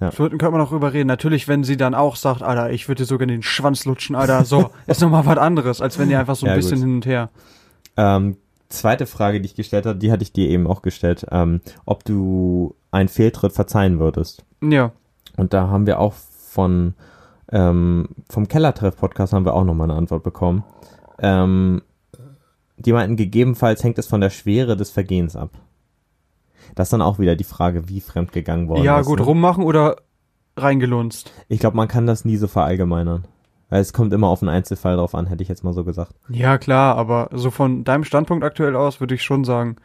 Speaker 1: Ja.
Speaker 3: Flirten könnte man auch überreden. Natürlich, wenn sie dann auch sagt, Alter, ich würde dir sogar den Schwanz lutschen,
Speaker 1: <laughs>
Speaker 3: Alter. So, ist nochmal was anderes, als wenn ihr einfach so ein
Speaker 1: Ja,
Speaker 3: bisschen
Speaker 1: gut.
Speaker 3: hin und her.
Speaker 1: Ähm, zweite Frage, die ich gestellt habe, die hatte ich dir eben auch gestellt, ähm, ob du einen Fehltritt verzeihen würdest.
Speaker 3: Ja.
Speaker 1: Und da haben wir auch von ähm, vom Kellertreff-Podcast haben wir auch nochmal eine Antwort bekommen. Ähm, die meinten, gegebenenfalls hängt es von der Schwere des Vergehens ab. Das ist dann auch wieder die Frage, wie fremdgegangen worden
Speaker 3: ja,
Speaker 1: ist.
Speaker 3: gut,
Speaker 1: ne?
Speaker 3: rummachen oder reingelunzt.
Speaker 1: Ich glaube, man kann das nie so verallgemeinern. Weil Es kommt immer auf den Einzelfall drauf an, hätte ich jetzt mal so gesagt.
Speaker 3: Ja, klar, aber so von deinem Standpunkt aktuell aus würde ich schon sagen,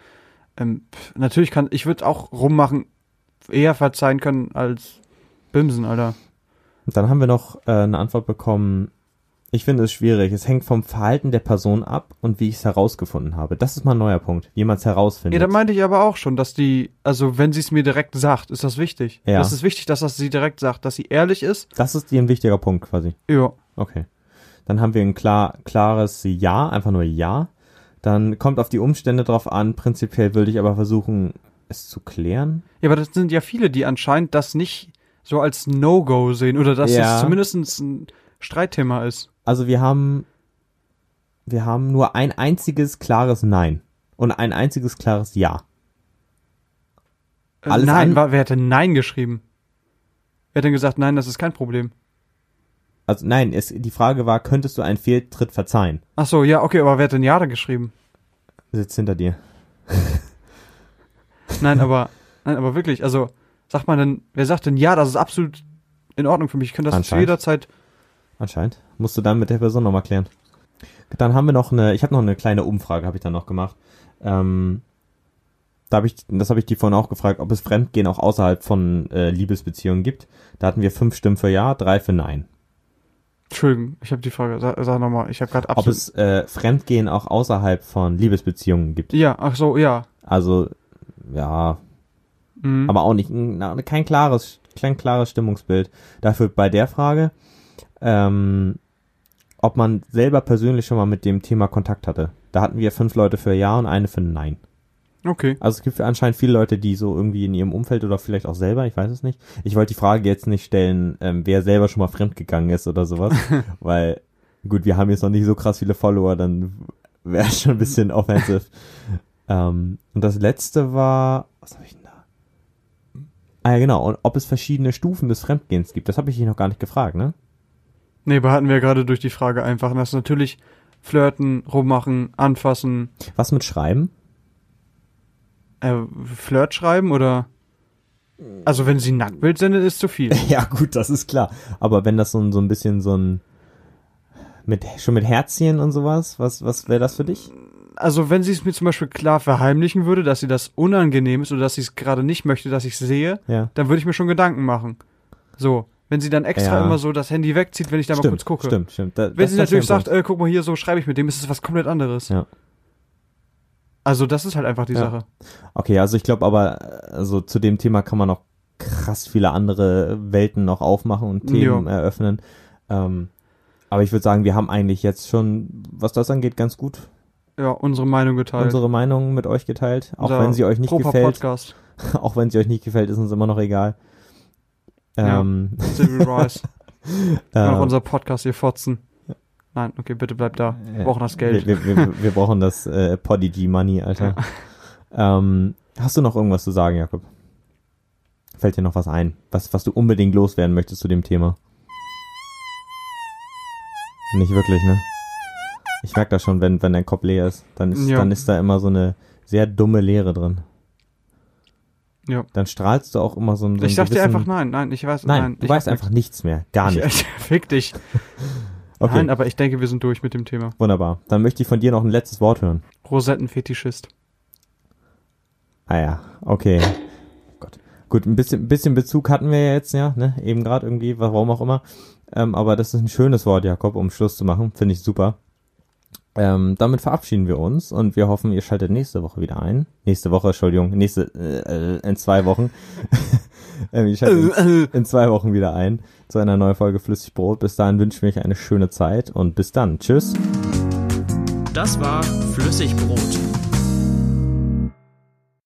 Speaker 3: ähm, pf, natürlich kann, ich würde auch rummachen, eher verzeihen können als Bimsen, Alter.
Speaker 1: Und dann haben wir noch äh, eine Antwort bekommen. Ich finde es schwierig. Es hängt vom Verhalten der Person ab und wie ich es herausgefunden habe. Das ist mal ein neuer Punkt. Wie man es
Speaker 3: Ja,
Speaker 1: herausfindet.
Speaker 3: da meinte ich aber auch schon, dass die, also wenn sie es mir direkt sagt, ist das wichtig.
Speaker 1: Ja.
Speaker 3: Das ist wichtig, dass das sie direkt sagt, dass sie ehrlich ist.
Speaker 1: das ist dir ein wichtiger Punkt quasi.
Speaker 3: Ja.
Speaker 1: Okay. Dann haben wir ein klar, klares Ja, einfach nur Ja. Dann kommt auf die Umstände drauf an. Prinzipiell würde ich aber versuchen, es zu klären.
Speaker 3: Ja, aber das sind ja viele, die anscheinend das nicht so als No-Go sehen oder dass
Speaker 1: Ja.
Speaker 3: es zumindest ein Streitthema ist.
Speaker 1: Also wir haben, wir haben nur ein einziges klares Nein und ein einziges klares Ja.
Speaker 3: Äh,
Speaker 1: Alles
Speaker 3: nein,
Speaker 1: an-
Speaker 3: war, wer hätte Nein geschrieben? Wer hat denn gesagt, nein, das ist kein Problem?
Speaker 1: Also nein, es, die Frage war, könntest du einen Fehltritt verzeihen?
Speaker 3: Ach so, ja, okay, aber wer hat denn Ja da geschrieben?
Speaker 1: Sitzt hinter dir. <laughs>
Speaker 3: Nein, aber, nein, aber wirklich, also, sagt man denn, wer sagt denn Ja, das ist absolut in Ordnung für mich, ich könnte das zu
Speaker 1: Anscheinend.
Speaker 3: jeder Zeit,
Speaker 1: Anscheinend. Musst du dann mit der Person nochmal klären. Dann haben wir noch eine, ich habe noch eine kleine Umfrage, habe ich dann noch gemacht. Ähm, da hab ich, das habe ich die vorhin auch gefragt, ob es Fremdgehen auch außerhalb von äh, Liebesbeziehungen gibt. Da hatten wir fünf Stimmen für Ja, drei für Nein.
Speaker 3: Entschuldigung, ich habe die Frage, sag, sag nochmal, ich habe gerade
Speaker 1: Ob
Speaker 3: absolut,
Speaker 1: es äh, Fremdgehen auch außerhalb von Liebesbeziehungen gibt.
Speaker 3: ja, ach so, ja,
Speaker 1: Also, ja,
Speaker 3: mhm.
Speaker 1: aber auch nicht, na, kein klares, kein klares Stimmungsbild. Dafür bei der Frage, ähm, ob man selber persönlich schon mal mit dem Thema Kontakt hatte. Da hatten wir fünf Leute für Ja und eine für Nein.
Speaker 3: okay,
Speaker 1: Also es gibt anscheinend viele Leute, die so irgendwie in ihrem Umfeld oder vielleicht auch selber, ich weiß es nicht. Ich wollte die Frage jetzt nicht stellen, ähm, wer selber schon mal fremdgegangen ist oder sowas, weil gut, wir haben jetzt noch nicht so krass viele Follower, dann wäre schon ein bisschen offensive. ähm, und das letzte war, was habe ich denn da? Ah ja genau, und ob es verschiedene Stufen des Fremdgehens gibt, das habe ich dich noch gar nicht gefragt, ne?
Speaker 3: nee, aber hatten wir gerade durch die Frage einfach, und das ist natürlich flirten, rummachen, anfassen,
Speaker 1: Was mit Schreiben?
Speaker 3: äh, Flirt schreiben oder, also wenn sie ein Nacktbild sendet, ist
Speaker 1: <laughs>
Speaker 3: zu viel.
Speaker 1: Ja, gut, das ist klar. Aber wenn das so ein, so ein bisschen so ein. Mit, schon mit Herzchen und sowas, was, was wäre das für dich?
Speaker 3: also wenn sie es mir zum Beispiel klar verheimlichen würde, dass sie das unangenehm ist oder dass sie es gerade nicht möchte, dass ich es sehe,
Speaker 1: Ja.
Speaker 3: dann würde ich mir schon Gedanken machen. So, wenn sie dann extra
Speaker 1: Ja.
Speaker 3: immer so das Handy wegzieht, wenn ich da mal kurz gucke.
Speaker 1: stimmt, stimmt. Da,
Speaker 3: Wenn
Speaker 1: das
Speaker 3: sie
Speaker 1: ist
Speaker 3: natürlich
Speaker 1: schon ein
Speaker 3: sagt, äh, guck mal hier, so schreibe ich mit dem, ist es was komplett anderes.
Speaker 1: Ja.
Speaker 3: Also das ist halt einfach die
Speaker 1: Ja.
Speaker 3: Sache.
Speaker 1: Punkt. Okay, also ich glaube aber, also zu dem Thema kann man noch krass viele andere Welten noch aufmachen und Themen eröffnen. Ähm, aber ich würde sagen, wir haben eigentlich jetzt schon, was das angeht, ganz gut
Speaker 3: Ja, unsere Meinung geteilt.
Speaker 1: unsere Meinung mit euch geteilt. Auch
Speaker 3: Unser
Speaker 1: wenn sie euch nicht
Speaker 3: proper
Speaker 1: gefällt,
Speaker 3: Podcast.
Speaker 1: <laughs> auch wenn sie euch nicht gefällt, ist uns immer noch egal.
Speaker 3: Ja.
Speaker 1: Ähm, <laughs>
Speaker 3: Civil Rights.
Speaker 1: ähm, <laughs>
Speaker 3: Noch unser Podcast, ihr Fotzen. Nein, okay, bitte bleib da. Wir
Speaker 1: Ja.
Speaker 3: brauchen das Geld.
Speaker 1: Wir, wir, wir, wir brauchen das äh, Podigy-Money, Alter. Ähm, hast du noch irgendwas zu sagen, Jakob? Fällt dir noch was ein, was, was du unbedingt loswerden möchtest zu dem Thema? Nicht wirklich, ne? Ich merke das schon, wenn, wenn dein Kopf leer ist. Dann ist,
Speaker 3: Ja.
Speaker 1: dann ist da immer so eine sehr dumme Leere drin.
Speaker 3: Ja.
Speaker 1: Dann strahlst du auch immer so, ein- so
Speaker 3: ich
Speaker 1: einen
Speaker 3: sag dir
Speaker 1: gewissen-
Speaker 3: einfach nein, nein, ich weiß,
Speaker 1: Nein,
Speaker 3: nein.
Speaker 1: du
Speaker 3: ich
Speaker 1: weißt
Speaker 3: hab
Speaker 1: einfach nichts mehr.
Speaker 3: <laughs>
Speaker 1: Gar
Speaker 3: nichts.
Speaker 1: nicht.
Speaker 3: Fick dich.
Speaker 1: Okay,
Speaker 3: Nein, aber ich denke, wir sind durch mit dem Thema.
Speaker 1: wunderbar. Dann möchte ich von dir noch ein letztes Wort hören.
Speaker 3: Rosettenfetischist.
Speaker 1: Ah ja, okay. Gott. Gut, ein bisschen, bisschen Bezug hatten wir ja jetzt, ja, ne? Eben gerade irgendwie, warum auch immer. Ähm, aber das ist ein schönes Wort, Jakob, um Schluss zu machen. Finde ich super. Ähm, damit verabschieden wir uns und wir hoffen, ihr schaltet nächste Woche wieder ein. Nächste Woche, Entschuldigung, nächste, äh, äh, in zwei Wochen. <laughs> ähm, ihr schaltet in, in zwei Wochen wieder ein zu einer neuen Folge Flüssigbrot. Bis dahin wünsche ich euch eine schöne Zeit und bis dann. Tschüss.
Speaker 2: Das war Flüssigbrot.